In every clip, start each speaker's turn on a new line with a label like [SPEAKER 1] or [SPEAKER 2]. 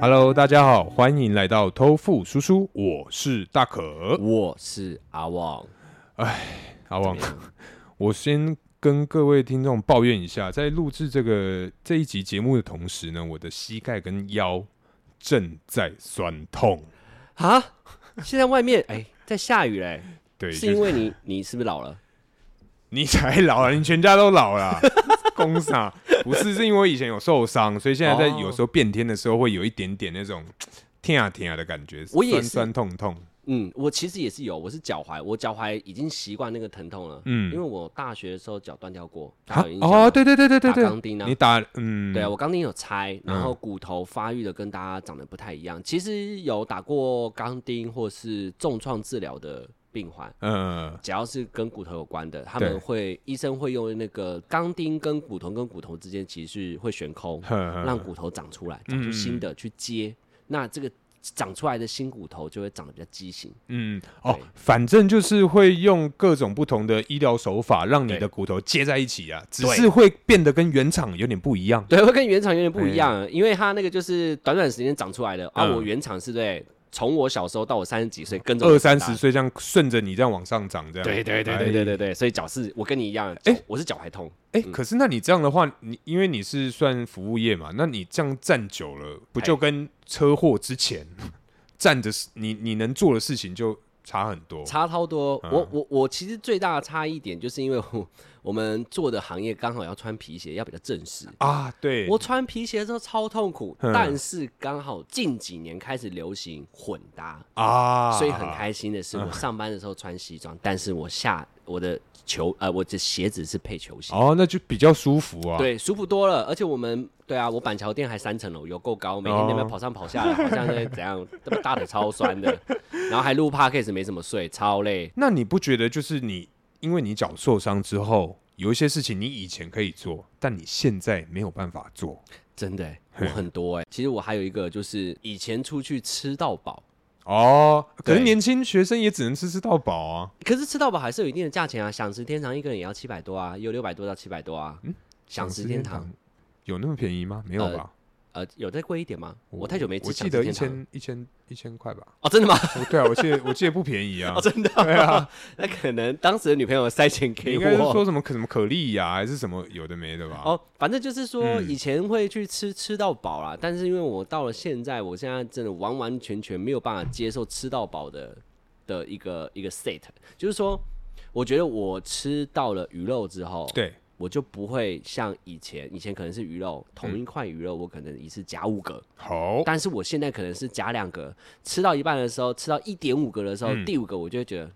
[SPEAKER 1] Hello，大家好，欢迎来到偷富叔叔，我是大可
[SPEAKER 2] 我是阿旺，
[SPEAKER 1] 阿旺。
[SPEAKER 2] 嗯
[SPEAKER 1] 我先跟各位听众抱怨一下，在录制这个这一集节目的同时呢，我的膝盖跟腰正在酸痛。
[SPEAKER 2] 啊！现在外面哎、在下雨嘞，
[SPEAKER 1] 对，
[SPEAKER 2] 是
[SPEAKER 1] 就
[SPEAKER 2] 因为你你是不是老了？
[SPEAKER 1] 你才老了，啊你全家都老了， 公傻。不是，是因为我以前有受伤，所以现在在
[SPEAKER 2] 哦
[SPEAKER 1] 有时候变天的时候会有一点点那种天啊天啊的感觉，
[SPEAKER 2] 我也
[SPEAKER 1] 酸
[SPEAKER 2] 是
[SPEAKER 1] 酸痛痛。
[SPEAKER 2] 嗯，我其实也是有，我是脚踝，我脚踝已经习惯那个疼痛了。
[SPEAKER 1] 嗯
[SPEAKER 2] 嗯，因为我大学的时候脚断掉过，大
[SPEAKER 1] 啊
[SPEAKER 2] 家有印象吗
[SPEAKER 1] 哦，，对对对对对
[SPEAKER 2] 打钢钉
[SPEAKER 1] 对，
[SPEAKER 2] 啊
[SPEAKER 1] 你嗯打嗯，
[SPEAKER 2] 对啊，我钢钉有拆，然后骨头发育的跟大家长得不太一样。其实有打过钢钉或是重创治疗的病患，
[SPEAKER 1] 嗯，
[SPEAKER 2] 只要是跟骨头有关的，他
[SPEAKER 1] 对
[SPEAKER 2] 们会医生会用那个钢钉跟骨头跟骨头之间其实是会悬空，
[SPEAKER 1] 让
[SPEAKER 2] 让骨头长出来，
[SPEAKER 1] 嗯
[SPEAKER 2] 长出新的去接。那这个长出来的新骨头就会长得比较畸形。
[SPEAKER 1] 嗯哦
[SPEAKER 2] 对，
[SPEAKER 1] 反正就是会用各种不同的医疗手法，让你
[SPEAKER 2] 对
[SPEAKER 1] 的骨头接在一起啊，只
[SPEAKER 2] 对
[SPEAKER 1] 是会变得跟原厂有点不一样。
[SPEAKER 2] 对，会跟原厂有点不一样，因为它那个就是短短时间长出来的、啊。
[SPEAKER 1] 嗯
[SPEAKER 2] 我原厂是对，从我小时候到我三十几岁跟着我
[SPEAKER 1] 二三
[SPEAKER 2] 长
[SPEAKER 1] 十
[SPEAKER 2] 大。
[SPEAKER 1] 岁这样顺着你这样往上涨，这样
[SPEAKER 2] 对对对
[SPEAKER 1] 哎
[SPEAKER 2] 对对对对，所以脚是我跟你一样，
[SPEAKER 1] 哎
[SPEAKER 2] 哎，我是脚踝痛，
[SPEAKER 1] 哎、可是那你这样的话，你因为你是算服务业嘛，那你这样站久了，不就跟车祸之前 站着是你你能做的事情就差很多？
[SPEAKER 2] 差超多。
[SPEAKER 1] 嗯
[SPEAKER 2] 我我我其实最大的差异点就是因为 我我们做的行业刚好要穿皮鞋，要比较正式。
[SPEAKER 1] 啊，对，
[SPEAKER 2] 我穿皮鞋的时候超痛苦，
[SPEAKER 1] 嗯
[SPEAKER 2] 但是刚好近几年开始流行混搭，
[SPEAKER 1] 啊，
[SPEAKER 2] 所以很开心的是，我上班的时候穿西装，但是我下我的球呃，我的鞋子是配球鞋，
[SPEAKER 1] 哦，那就比较舒服啊。，
[SPEAKER 2] 对，舒服多了。而且我们对啊，我板桥店还三层楼，有够高，每天
[SPEAKER 1] 哦
[SPEAKER 2] 那边跑上跑下来，好像在怎样，那么大腿超酸的，然后还录 podcast 没怎么睡，超累。
[SPEAKER 1] 那你不觉得就是你因为你脚受伤之后，有一些事情你以前可以做，但你现在没有办法做
[SPEAKER 2] 真的欸、我很多哎、其实我还有一个，就是以前出去吃到饱，
[SPEAKER 1] 哦？可是
[SPEAKER 2] 对
[SPEAKER 1] 年轻学生也只能吃吃到饱啊。
[SPEAKER 2] 可是吃到饱还是有一定的价钱啊，想吃天堂一个人也要七百多啊，也有六百多到七百多啊。
[SPEAKER 1] 嗯
[SPEAKER 2] 想吃天堂，
[SPEAKER 1] 有那么便宜吗？没有吧？
[SPEAKER 2] 呃，有再贵一点吗？我太久没吃
[SPEAKER 1] 我
[SPEAKER 2] 想
[SPEAKER 1] 记
[SPEAKER 2] 吃
[SPEAKER 1] 得一
[SPEAKER 2] 天堂了
[SPEAKER 1] 千一千一千块吧。
[SPEAKER 2] 哦，真的吗？
[SPEAKER 1] 哦对啊，我记得我记得不便宜 啊。
[SPEAKER 2] 哦，真的、对啊，那可能当时的女朋友塞钱
[SPEAKER 1] 你
[SPEAKER 2] 给
[SPEAKER 1] 应该是
[SPEAKER 2] 我。
[SPEAKER 1] 说什么可什么可丽呀、还是什么有的没的吧？
[SPEAKER 2] 哦，反正就是说以前会去吃吃到饱啦，但是因为我到了现在，我现在真的完完全全没有办法接受吃到饱的的一个一个 set，就是说，我觉得我吃到了鱼肉之后，
[SPEAKER 1] 对，
[SPEAKER 2] 我就不会像以前，以前可能是鱼肉，同一块鱼肉我可能一次夹五个，
[SPEAKER 1] 好，
[SPEAKER 2] 但是我现在可能是夹两个，吃到一半的时候，吃到一点五个的时候，第五个我就会觉得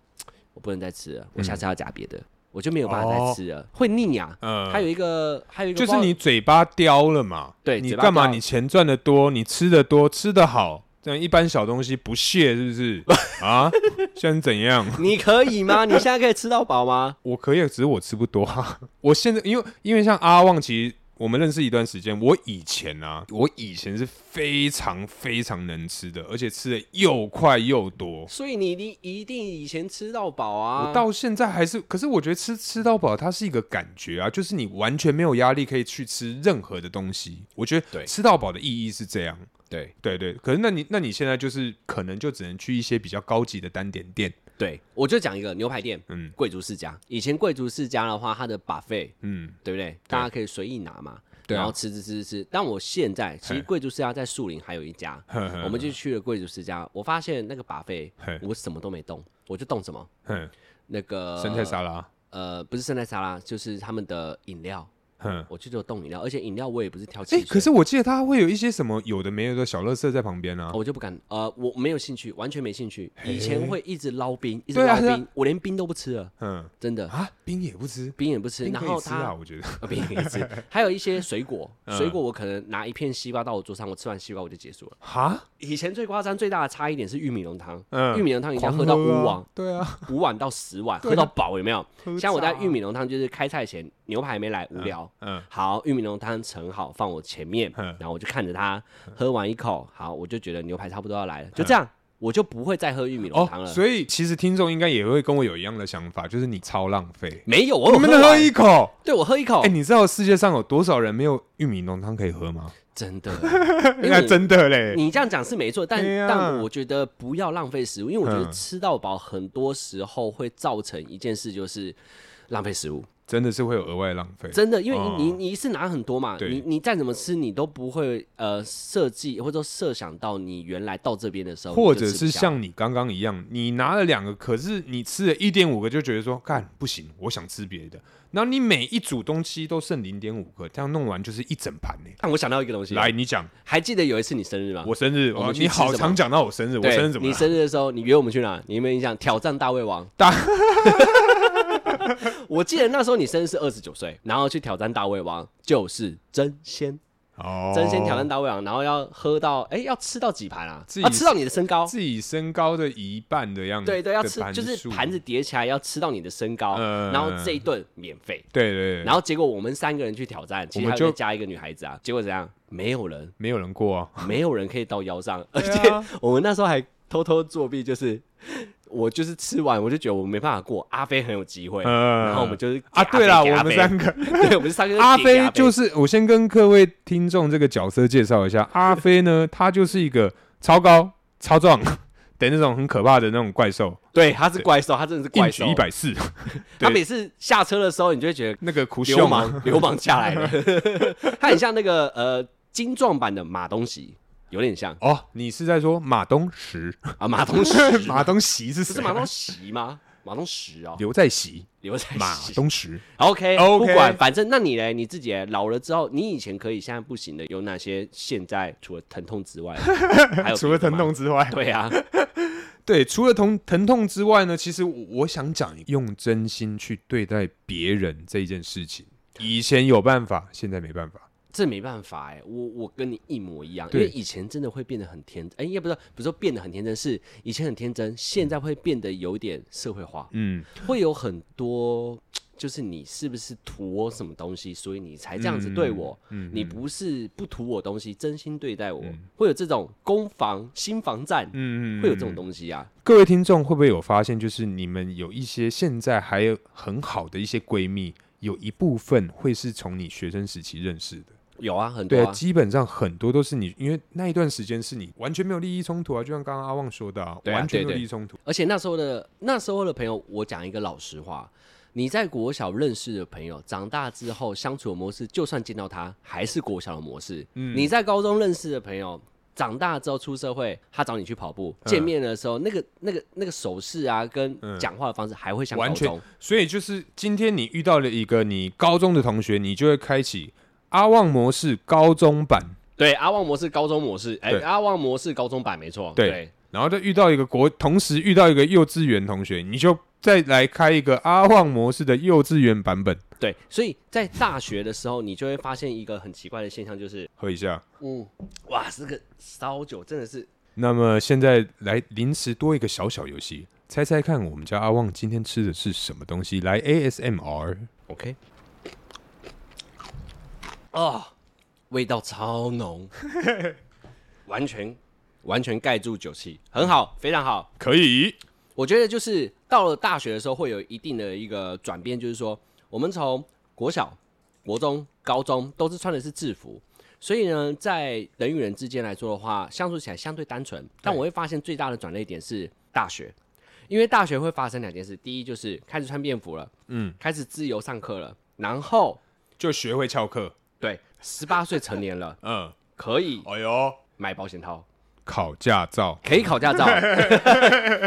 [SPEAKER 2] 我不能再吃了，我下次要夹别的，我就没有办法再吃了，会腻啊呀、
[SPEAKER 1] 嗯
[SPEAKER 2] 还有一个，还有一个
[SPEAKER 1] 就是你嘴巴刁了嘛？
[SPEAKER 2] 对
[SPEAKER 1] 你
[SPEAKER 2] 嘴巴
[SPEAKER 1] 干嘛？
[SPEAKER 2] 刁
[SPEAKER 1] 你钱赚的多，你吃的多，吃的好，这样一般小东西不屑是不 是啊？现在怎样？
[SPEAKER 2] 你可以 吗？你现在可以吃到饱吗？
[SPEAKER 1] 我可以，只是我吃不多、啊。我现在因为因为像阿旺，其实我们认识一段时间，我以前啊，我以前是非常非常能吃的，而且吃的又快又多。
[SPEAKER 2] 所以你你一定以前吃到饱啊。
[SPEAKER 1] 我到现在还是，可是我觉得吃吃到饱，它是一个感觉啊，就是你完全没有压力，可以去吃任何的东西。我觉得
[SPEAKER 2] 对
[SPEAKER 1] 吃到饱的意义是这样。
[SPEAKER 2] 对
[SPEAKER 1] 对对，可是那你那你现在就是可能就只能去一些比较高级的单点店，
[SPEAKER 2] 对，我就讲一个牛排店，
[SPEAKER 1] 嗯
[SPEAKER 2] 嗯，贵族世家。以前贵族世家的话，它的 buffet
[SPEAKER 1] 嗯，
[SPEAKER 2] 对不对？大家可以随意拿嘛，
[SPEAKER 1] 对啊
[SPEAKER 2] 然后吃吃吃吃吃。但我现在其
[SPEAKER 1] 嘿
[SPEAKER 2] 实贵族世家在树林还有一家，
[SPEAKER 1] 呵呵
[SPEAKER 2] 我们就去了贵族世家，我发现那个把费
[SPEAKER 1] 嘿，
[SPEAKER 2] 我什么都没动，我就动什么
[SPEAKER 1] 哼，
[SPEAKER 2] 那个
[SPEAKER 1] 生菜沙拉，
[SPEAKER 2] 呃，不是生菜沙拉，就是他们的饮料，
[SPEAKER 1] 哼。
[SPEAKER 2] 我就只有动饮料，而且饮料我也不是挑汽
[SPEAKER 1] 哎、
[SPEAKER 2] 水，
[SPEAKER 1] 可是我记得它会有一些什么有的没有的小乐色在旁边啊。
[SPEAKER 2] 我就不敢，呃，我没有兴趣，完全没兴趣。以前会一直捞冰，一直
[SPEAKER 1] 对啊
[SPEAKER 2] 捞
[SPEAKER 1] 对啊
[SPEAKER 2] 冰，我连冰都不吃了，
[SPEAKER 1] 嗯
[SPEAKER 2] 真的。
[SPEAKER 1] 啊，冰也不吃，
[SPEAKER 2] 冰也不吃，
[SPEAKER 1] 冰
[SPEAKER 2] 然
[SPEAKER 1] 可以
[SPEAKER 2] 后
[SPEAKER 1] 吃啊，
[SPEAKER 2] 他
[SPEAKER 1] 我嗯觉得。
[SPEAKER 2] 呃 冰也 不吃，还有一些水果，水果我可能拿一片西瓜到我桌上，我吃完西瓜我就结束了。
[SPEAKER 1] 哈，
[SPEAKER 2] 以前最夸张、最大的差异点是玉米浓汤，
[SPEAKER 1] 嗯
[SPEAKER 2] 玉米浓汤一定 要
[SPEAKER 1] 狂
[SPEAKER 2] 喝到
[SPEAKER 1] 啊
[SPEAKER 2] 乌王，
[SPEAKER 1] 对 啊，
[SPEAKER 2] 五碗到十 碗，
[SPEAKER 1] 对啊
[SPEAKER 2] 喝到饱有没有
[SPEAKER 1] 喝？
[SPEAKER 2] 像我在
[SPEAKER 1] 炸
[SPEAKER 2] 玉米浓汤，就是开菜前牛排没来，无聊。
[SPEAKER 1] 嗯，
[SPEAKER 2] 好，玉米浓汤盛好放我前面，
[SPEAKER 1] 嗯
[SPEAKER 2] 然后我就看着它喝完一口，好，我就觉得牛排差不多要来了，就这样，我就不会再喝玉米浓汤
[SPEAKER 1] 哦，
[SPEAKER 2] 了。
[SPEAKER 1] 所以其实听众应该也会跟我有一样的想法，就是你超浪费。
[SPEAKER 2] 没有，哦我
[SPEAKER 1] 我
[SPEAKER 2] 有
[SPEAKER 1] 们
[SPEAKER 2] 喝
[SPEAKER 1] 能喝
[SPEAKER 2] 完哦
[SPEAKER 1] 一口？
[SPEAKER 2] 对我喝一口，
[SPEAKER 1] 哎、你知道世界上有多少人没有玉米浓汤可以喝吗？
[SPEAKER 2] 真 的，因
[SPEAKER 1] 那
[SPEAKER 2] 为你
[SPEAKER 1] 真的嘞，
[SPEAKER 2] 你这样讲是没错，但
[SPEAKER 1] 哎对呀
[SPEAKER 2] 但我觉得不要浪费食物，因为我觉得
[SPEAKER 1] 嗯
[SPEAKER 2] 吃到饱很多时候会造成一件事，就是浪费食物。
[SPEAKER 1] 真的是会有额外浪费。
[SPEAKER 2] 真的，因为
[SPEAKER 1] 哦
[SPEAKER 2] 你你你一次拿很多嘛，
[SPEAKER 1] 对
[SPEAKER 2] 你你再怎么吃，你都不会呃设计或者说设想到你原来到这边的时候，
[SPEAKER 1] 或
[SPEAKER 2] 呃你
[SPEAKER 1] 者
[SPEAKER 2] 就吃不
[SPEAKER 1] 是
[SPEAKER 2] 下
[SPEAKER 1] 像你刚刚一样，你拿了两个，可是你吃了一点五个，就觉得说，干不行，我想吃别的。然后你每一组东西都剩零点五个，这样弄完就是一整盘呢。
[SPEAKER 2] 但我想到一个东西，
[SPEAKER 1] 来，你讲，
[SPEAKER 2] 还记得有一次你生日吗？
[SPEAKER 1] 我生日，
[SPEAKER 2] 啊我
[SPEAKER 1] 哦
[SPEAKER 2] 们去
[SPEAKER 1] 你
[SPEAKER 2] 吃
[SPEAKER 1] 好
[SPEAKER 2] 什么
[SPEAKER 1] 常讲到我生日，我
[SPEAKER 2] 对
[SPEAKER 1] 生日怎么
[SPEAKER 2] 你
[SPEAKER 1] 了？
[SPEAKER 2] 生日的时候，你约我们去哪？你有没有印象？挑战大胃 王。
[SPEAKER 1] 大，
[SPEAKER 2] 我记得那时候你生日是二十九岁，然后去挑战大胃王，就是争先
[SPEAKER 1] 哦
[SPEAKER 2] 争先挑战大胃王，然后要喝到哎、要吃到几盘啊
[SPEAKER 1] 自？己
[SPEAKER 2] 要吃到你的身高。
[SPEAKER 1] 自己身高的一半的样子，
[SPEAKER 2] 对对，要
[SPEAKER 1] 的
[SPEAKER 2] 吃
[SPEAKER 1] 盘
[SPEAKER 2] 就是
[SPEAKER 1] 数
[SPEAKER 2] 盘子，叠起来要吃到你的身高，
[SPEAKER 1] 嗯
[SPEAKER 2] 然后这一顿免费。
[SPEAKER 1] 对对对，
[SPEAKER 2] 然后结果我们三个人去挑战，其实
[SPEAKER 1] 我
[SPEAKER 2] 还
[SPEAKER 1] 们
[SPEAKER 2] 有
[SPEAKER 1] 就
[SPEAKER 2] 再加一个女孩子啊，结果怎样？没有人，
[SPEAKER 1] 没有人过啊，
[SPEAKER 2] 没有人可以到腰上，而且
[SPEAKER 1] 对啊
[SPEAKER 2] 我们那时候还偷偷作弊，就是我就是吃完我就觉得我没办法过，阿飞很有机会，
[SPEAKER 1] 嗯
[SPEAKER 2] 然后我们就是
[SPEAKER 1] 啊，对啦，
[SPEAKER 2] 给
[SPEAKER 1] 我
[SPEAKER 2] 阿
[SPEAKER 1] 们
[SPEAKER 2] 飞
[SPEAKER 1] 三个，
[SPEAKER 2] 对，我们三个就
[SPEAKER 1] 阿
[SPEAKER 2] 给
[SPEAKER 1] 飞就是是我先跟各位听众这个角色介绍一下， 阿飞呢，他就是一个超高、超壮的那种很可怕的那种怪兽，
[SPEAKER 2] 对，他是怪兽，他真的是
[SPEAKER 1] 硬
[SPEAKER 2] 怪
[SPEAKER 1] 举
[SPEAKER 2] 兽，
[SPEAKER 1] 一百四，
[SPEAKER 2] 他
[SPEAKER 1] 对
[SPEAKER 2] 每次下车的时候，你就会觉得
[SPEAKER 1] 那个啊苦
[SPEAKER 2] 流
[SPEAKER 1] 秀嘛，
[SPEAKER 2] 氓流氓下来 了，他很像那个呃精壮版的马东锡，有点像
[SPEAKER 1] 哦，你是在说马东石？
[SPEAKER 2] 啊 马东锡，
[SPEAKER 1] 马东石是
[SPEAKER 2] 不
[SPEAKER 1] 谁？啊
[SPEAKER 2] 是马东哎锡吗？马东石哦，
[SPEAKER 1] 刘在石，
[SPEAKER 2] 留在
[SPEAKER 1] 马
[SPEAKER 2] 西
[SPEAKER 1] 东石。
[SPEAKER 2] OK，,
[SPEAKER 1] OK
[SPEAKER 2] 不管，反正那你嘞，你自己嘞老了之后，你以前可以，现在不行的有哪些？现在除了疼痛之外， 还有
[SPEAKER 1] 除了
[SPEAKER 2] 别的
[SPEAKER 1] 疼
[SPEAKER 2] 吗，
[SPEAKER 1] 痛之外，
[SPEAKER 2] 对啊，
[SPEAKER 1] 对，除了疼疼痛之外呢，其实我我想讲用真心去对待别人这件事情。以前有办法，现在没办法。
[SPEAKER 2] 这没办法哎、我我跟你一模一样，因
[SPEAKER 1] 对
[SPEAKER 2] 为以前真的会变得很天真，哎、也不是不是说变得很天真，是以前很天真，现在会变得有点社会化，
[SPEAKER 1] 嗯，
[SPEAKER 2] 会有很多。就是你是不是图我什么东西，所以你才这样子对我？
[SPEAKER 1] 嗯
[SPEAKER 2] 你不是不图我东西，真心对待我，会有这种攻防心防战，
[SPEAKER 1] 嗯嗯嗯
[SPEAKER 2] 会有这种东西啊。
[SPEAKER 1] 各位听众会不会有发现，就是你们有一些现在还有很好的一些闺蜜，有一部分会是从你学生时期认识的。
[SPEAKER 2] 有啊，很多
[SPEAKER 1] 对
[SPEAKER 2] 啊
[SPEAKER 1] 啊，，基本上很多都是你，因为那一段时间是你完全没有利益冲突啊，就像刚刚阿旺说的、啊，
[SPEAKER 2] 对啊
[SPEAKER 1] 完全没
[SPEAKER 2] 对
[SPEAKER 1] 有
[SPEAKER 2] 对
[SPEAKER 1] 利益冲突。
[SPEAKER 2] 而且那时候的那时候的朋友，我讲一个老实话，你在国小认识的朋友，长大之后相处的模式，就算见到他，还是国小的模式。
[SPEAKER 1] 嗯
[SPEAKER 2] 你在高中认识的朋友，长大之后出社会，他找你去跑步，
[SPEAKER 1] 嗯
[SPEAKER 2] 见面的时候，那个那个那个手势啊，跟
[SPEAKER 1] 嗯
[SPEAKER 2] 讲话的方式，还会像高
[SPEAKER 1] 完全
[SPEAKER 2] 中。
[SPEAKER 1] 所以就是今天你遇到了一个你高中的同学，你就会开启阿旺模式高中版，
[SPEAKER 2] 对，阿旺模式高中模式，哎、
[SPEAKER 1] 对
[SPEAKER 2] 阿旺模式高中版没错。
[SPEAKER 1] 对然后再遇到一个国，同时遇到一个幼稚园同学，你就再来开一个阿旺模式的幼稚园版本，
[SPEAKER 2] 对，所以在大学的时候，你就会发现一个很奇怪的现象，就是，
[SPEAKER 1] 喝一下。
[SPEAKER 2] 嗯，哇，这个烧酒真的是
[SPEAKER 1] 那么现在来临时多一个小小游戏，猜猜看我们家阿旺今天吃的是什么东西？来 ASMR，
[SPEAKER 2] OK。哦，味道超浓，完全完全盖住酒气，很好，非常好。
[SPEAKER 1] 可以。
[SPEAKER 2] 我觉得就是到了大学的时候，会有一定的一个转变，就是说，我们从国小、国中、高中都是穿的是制服，所以呢，在人与人之间来说的话，相处起来相对单纯。但我会发现最大的转捩点是大学，因为大学会发生两件事：第一就是开始穿便服了，
[SPEAKER 1] 嗯，
[SPEAKER 2] 开始自由上课了，然后
[SPEAKER 1] 就学会翘课。
[SPEAKER 2] 对，十八岁成年了，
[SPEAKER 1] 嗯，
[SPEAKER 2] 可以
[SPEAKER 1] 哎呦，
[SPEAKER 2] 买保险 套，
[SPEAKER 1] 考驾照
[SPEAKER 2] 可以考 驾照，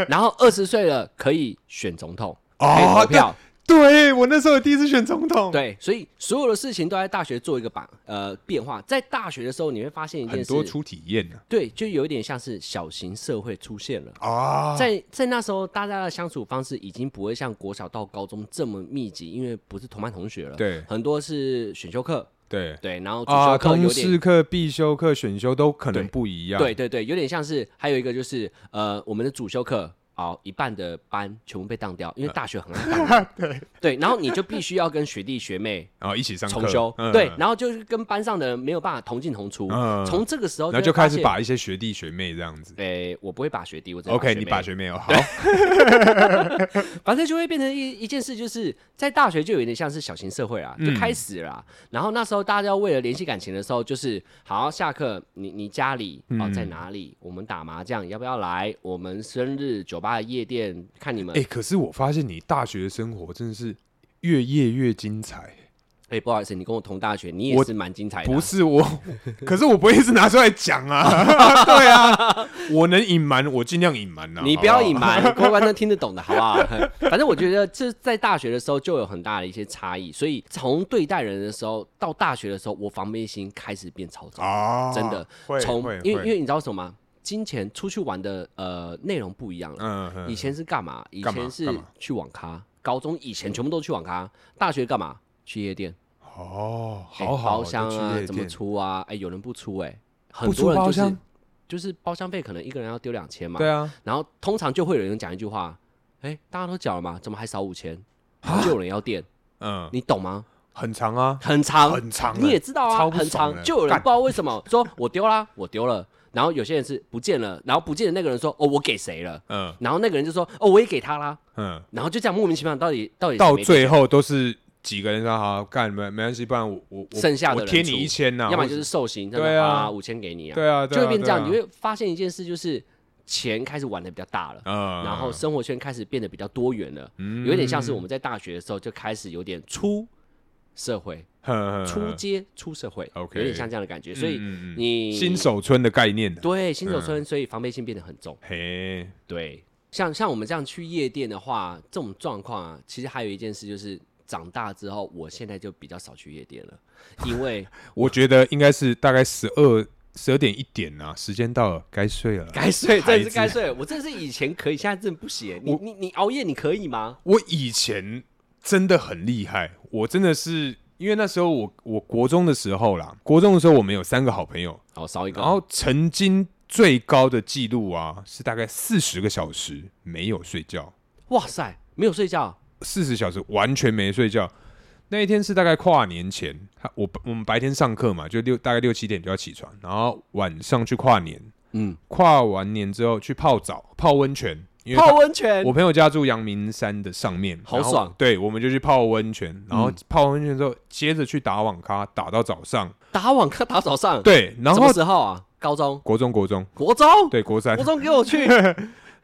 [SPEAKER 2] 然后二十岁了可以选总统，可以
[SPEAKER 1] 哦
[SPEAKER 2] 投票。
[SPEAKER 1] 对我那时候第一次选总统，
[SPEAKER 2] 对，所以所有的事情都在大学做一个版呃变化。在大学的时候，你会发现一件
[SPEAKER 1] 很
[SPEAKER 2] 事，
[SPEAKER 1] 多初体验呢。
[SPEAKER 2] 对，就有一点像是小型社会出现了。
[SPEAKER 1] 啊，
[SPEAKER 2] 在在那时候，大家的相处方式已经不会像国小到高中这么密集，因为不是同班同学了。
[SPEAKER 1] 对
[SPEAKER 2] 很多是选修课，
[SPEAKER 1] 对
[SPEAKER 2] 对，然后主
[SPEAKER 1] 啊，
[SPEAKER 2] 修课
[SPEAKER 1] 通
[SPEAKER 2] 有点
[SPEAKER 1] 识课、必修课、选修都可能
[SPEAKER 2] 对
[SPEAKER 1] 不一样。
[SPEAKER 2] 对对对，有点像是还有一个就是呃，我们的主修课啊、熬一半的班全部被当掉，
[SPEAKER 1] 啊
[SPEAKER 2] 因为大学很爱当人对，然后你就必须要跟学弟学妹
[SPEAKER 1] 然啊后一起上课
[SPEAKER 2] 重修，
[SPEAKER 1] 嗯
[SPEAKER 2] 对，然后就是跟班上的人没有办法同进同出，
[SPEAKER 1] 嗯
[SPEAKER 2] 从这个时候
[SPEAKER 1] 然后就开始
[SPEAKER 2] 会发现，
[SPEAKER 1] 把一些学弟学妹这样子。
[SPEAKER 2] 诶、我不会把学弟，我只会
[SPEAKER 1] OK，
[SPEAKER 2] 学
[SPEAKER 1] 你
[SPEAKER 2] 妹
[SPEAKER 1] 把学妹哦，好，
[SPEAKER 2] 反正就会变成一一件事，就是在大学就有点像是小型社会啦，
[SPEAKER 1] 嗯
[SPEAKER 2] 就开始啦。然后那时候大家为了联系感情的时候，就是好下课，你你家里哦在
[SPEAKER 1] 嗯
[SPEAKER 2] 哪里？我们打麻将要不要来？我们生日酒吧的夜店看你们。
[SPEAKER 1] 哎、
[SPEAKER 2] 哎、
[SPEAKER 1] 可是我发现你大学生活真的是越夜越精彩。
[SPEAKER 2] 不好意思，你跟我同大学，你也
[SPEAKER 1] 我
[SPEAKER 2] 是蛮精彩的啊、
[SPEAKER 1] 不是我，可是我不会一直拿出来讲 啊。对啊，我能隐瞒，我尽量隐瞒啊。
[SPEAKER 2] 你
[SPEAKER 1] 好
[SPEAKER 2] 不要
[SPEAKER 1] 好
[SPEAKER 2] 隐。瞒，各位观众听得懂的好不 好？反正我觉得这在大学的时候就有很大的一些差异，所以从对待人的时候到大学的时候，我防备心开始变超重。
[SPEAKER 1] 啊，
[SPEAKER 2] 真的
[SPEAKER 1] 会，
[SPEAKER 2] 从
[SPEAKER 1] 会
[SPEAKER 2] 因为
[SPEAKER 1] 会
[SPEAKER 2] 因为你知道什么吗？金钱出去玩的呃内容不一样了。
[SPEAKER 1] 嗯嗯
[SPEAKER 2] 以前是干嘛？以
[SPEAKER 1] 干嘛
[SPEAKER 2] 前是
[SPEAKER 1] 干嘛
[SPEAKER 2] 去网咖，高中以前全部都去网咖，大学干嘛？去夜店，
[SPEAKER 1] 哦，
[SPEAKER 2] 哎
[SPEAKER 1] 好好
[SPEAKER 2] 包厢
[SPEAKER 1] 就去
[SPEAKER 2] 啊
[SPEAKER 1] 夜，
[SPEAKER 2] 怎么
[SPEAKER 1] 店
[SPEAKER 2] 出啊？哎，有人不出哎，很
[SPEAKER 1] 不出
[SPEAKER 2] 多人
[SPEAKER 1] 包
[SPEAKER 2] 就是
[SPEAKER 1] 厢
[SPEAKER 2] 就是包厢费可能一个人要丢两千嘛，
[SPEAKER 1] 对啊，
[SPEAKER 2] 然后通常就会有人讲一句话，哎，大家都缴了嘛，怎么还少五千？
[SPEAKER 1] 啊
[SPEAKER 2] 就有人要垫，
[SPEAKER 1] 嗯，
[SPEAKER 2] 你懂吗？
[SPEAKER 1] 很长啊，
[SPEAKER 2] 很长，
[SPEAKER 1] 很长
[SPEAKER 2] 你
[SPEAKER 1] 欸
[SPEAKER 2] 也知道啊，
[SPEAKER 1] 超不
[SPEAKER 2] 很
[SPEAKER 1] 爽
[SPEAKER 2] 长，
[SPEAKER 1] 的
[SPEAKER 2] 就有人
[SPEAKER 1] 干
[SPEAKER 2] 不知道为什么说我丢啦，我丢了，然后有些人是不见了，然后不见的那个人说哦我给谁了，
[SPEAKER 1] 嗯
[SPEAKER 2] 然后那个人就说哦我也给他啦，
[SPEAKER 1] 嗯，
[SPEAKER 2] 然后就这样莫名其妙到底到底
[SPEAKER 1] 到
[SPEAKER 2] 谁没
[SPEAKER 1] 最后都是几个人说好干没没关系，不然我我我
[SPEAKER 2] 剩下的
[SPEAKER 1] 我
[SPEAKER 2] 人
[SPEAKER 1] 贴你
[SPEAKER 2] 出
[SPEAKER 1] 一千呐，
[SPEAKER 2] 要
[SPEAKER 1] 啊
[SPEAKER 2] 么
[SPEAKER 1] 或
[SPEAKER 2] 就是寿星，
[SPEAKER 1] 对啊
[SPEAKER 2] 五千给你啊，
[SPEAKER 1] 对啊，对
[SPEAKER 2] 就会
[SPEAKER 1] 啊
[SPEAKER 2] 变这样，你，
[SPEAKER 1] 对
[SPEAKER 2] 会发现一件事就是钱开始玩的比较大了。
[SPEAKER 1] 啊嗯，
[SPEAKER 2] 然后生活圈开始变得比较多元了，
[SPEAKER 1] 嗯
[SPEAKER 2] 有点像是我们在大学的时候就开始有点出社会、
[SPEAKER 1] 哼哼
[SPEAKER 2] 出
[SPEAKER 1] 哼
[SPEAKER 2] 街、出社会
[SPEAKER 1] OK
[SPEAKER 2] 有点像这样的感觉。所以
[SPEAKER 1] 嗯嗯嗯
[SPEAKER 2] 你
[SPEAKER 1] 新手村的概念呢，
[SPEAKER 2] 对新手村，所以防备心变得很重。
[SPEAKER 1] 嘿，
[SPEAKER 2] 对，像像我们这样去夜店的话，这种状况啊，其实还有一件事就是，长大之后，我现在就比较少去夜店了，因为
[SPEAKER 1] 我觉得应该是大概十二十二点一点啊，时间到了，该睡了。
[SPEAKER 2] 该 睡，
[SPEAKER 1] 孩
[SPEAKER 2] 真的
[SPEAKER 1] 子
[SPEAKER 2] 是该睡了。我真的是以前可以，现在真的不行。你
[SPEAKER 1] 我
[SPEAKER 2] 你你熬夜你可以吗？
[SPEAKER 1] 我以前真的很厉害，我真的是因为那时候我我国中的时候啦，国中的时候我们有三个好朋友，
[SPEAKER 2] 哦，少一个，
[SPEAKER 1] 然后曾经最高的记录啊是大概四十个小时没有睡觉，
[SPEAKER 2] 哇塞，没有睡觉，
[SPEAKER 1] 四十小时完全没睡觉。那一天是大概跨年前，他我我们白天上课嘛，就六大概六七点就要起床，然后晚上去跨年，
[SPEAKER 2] 嗯，
[SPEAKER 1] 跨完年之后去泡澡、泡温泉，因为他
[SPEAKER 2] 泡温泉
[SPEAKER 1] 我朋友家住阳明山的上面，
[SPEAKER 2] 好
[SPEAKER 1] 然后
[SPEAKER 2] 爽嗯
[SPEAKER 1] 对，我们就去泡温泉，然后泡温泉之后，接着去打网咖，打到早上。
[SPEAKER 2] 打网咖打早上，，
[SPEAKER 1] 对，然
[SPEAKER 2] 什
[SPEAKER 1] 后
[SPEAKER 2] 么时候啊？高中、
[SPEAKER 1] 国中国中
[SPEAKER 2] 国中、
[SPEAKER 1] 对国三
[SPEAKER 2] 国，中给我 去，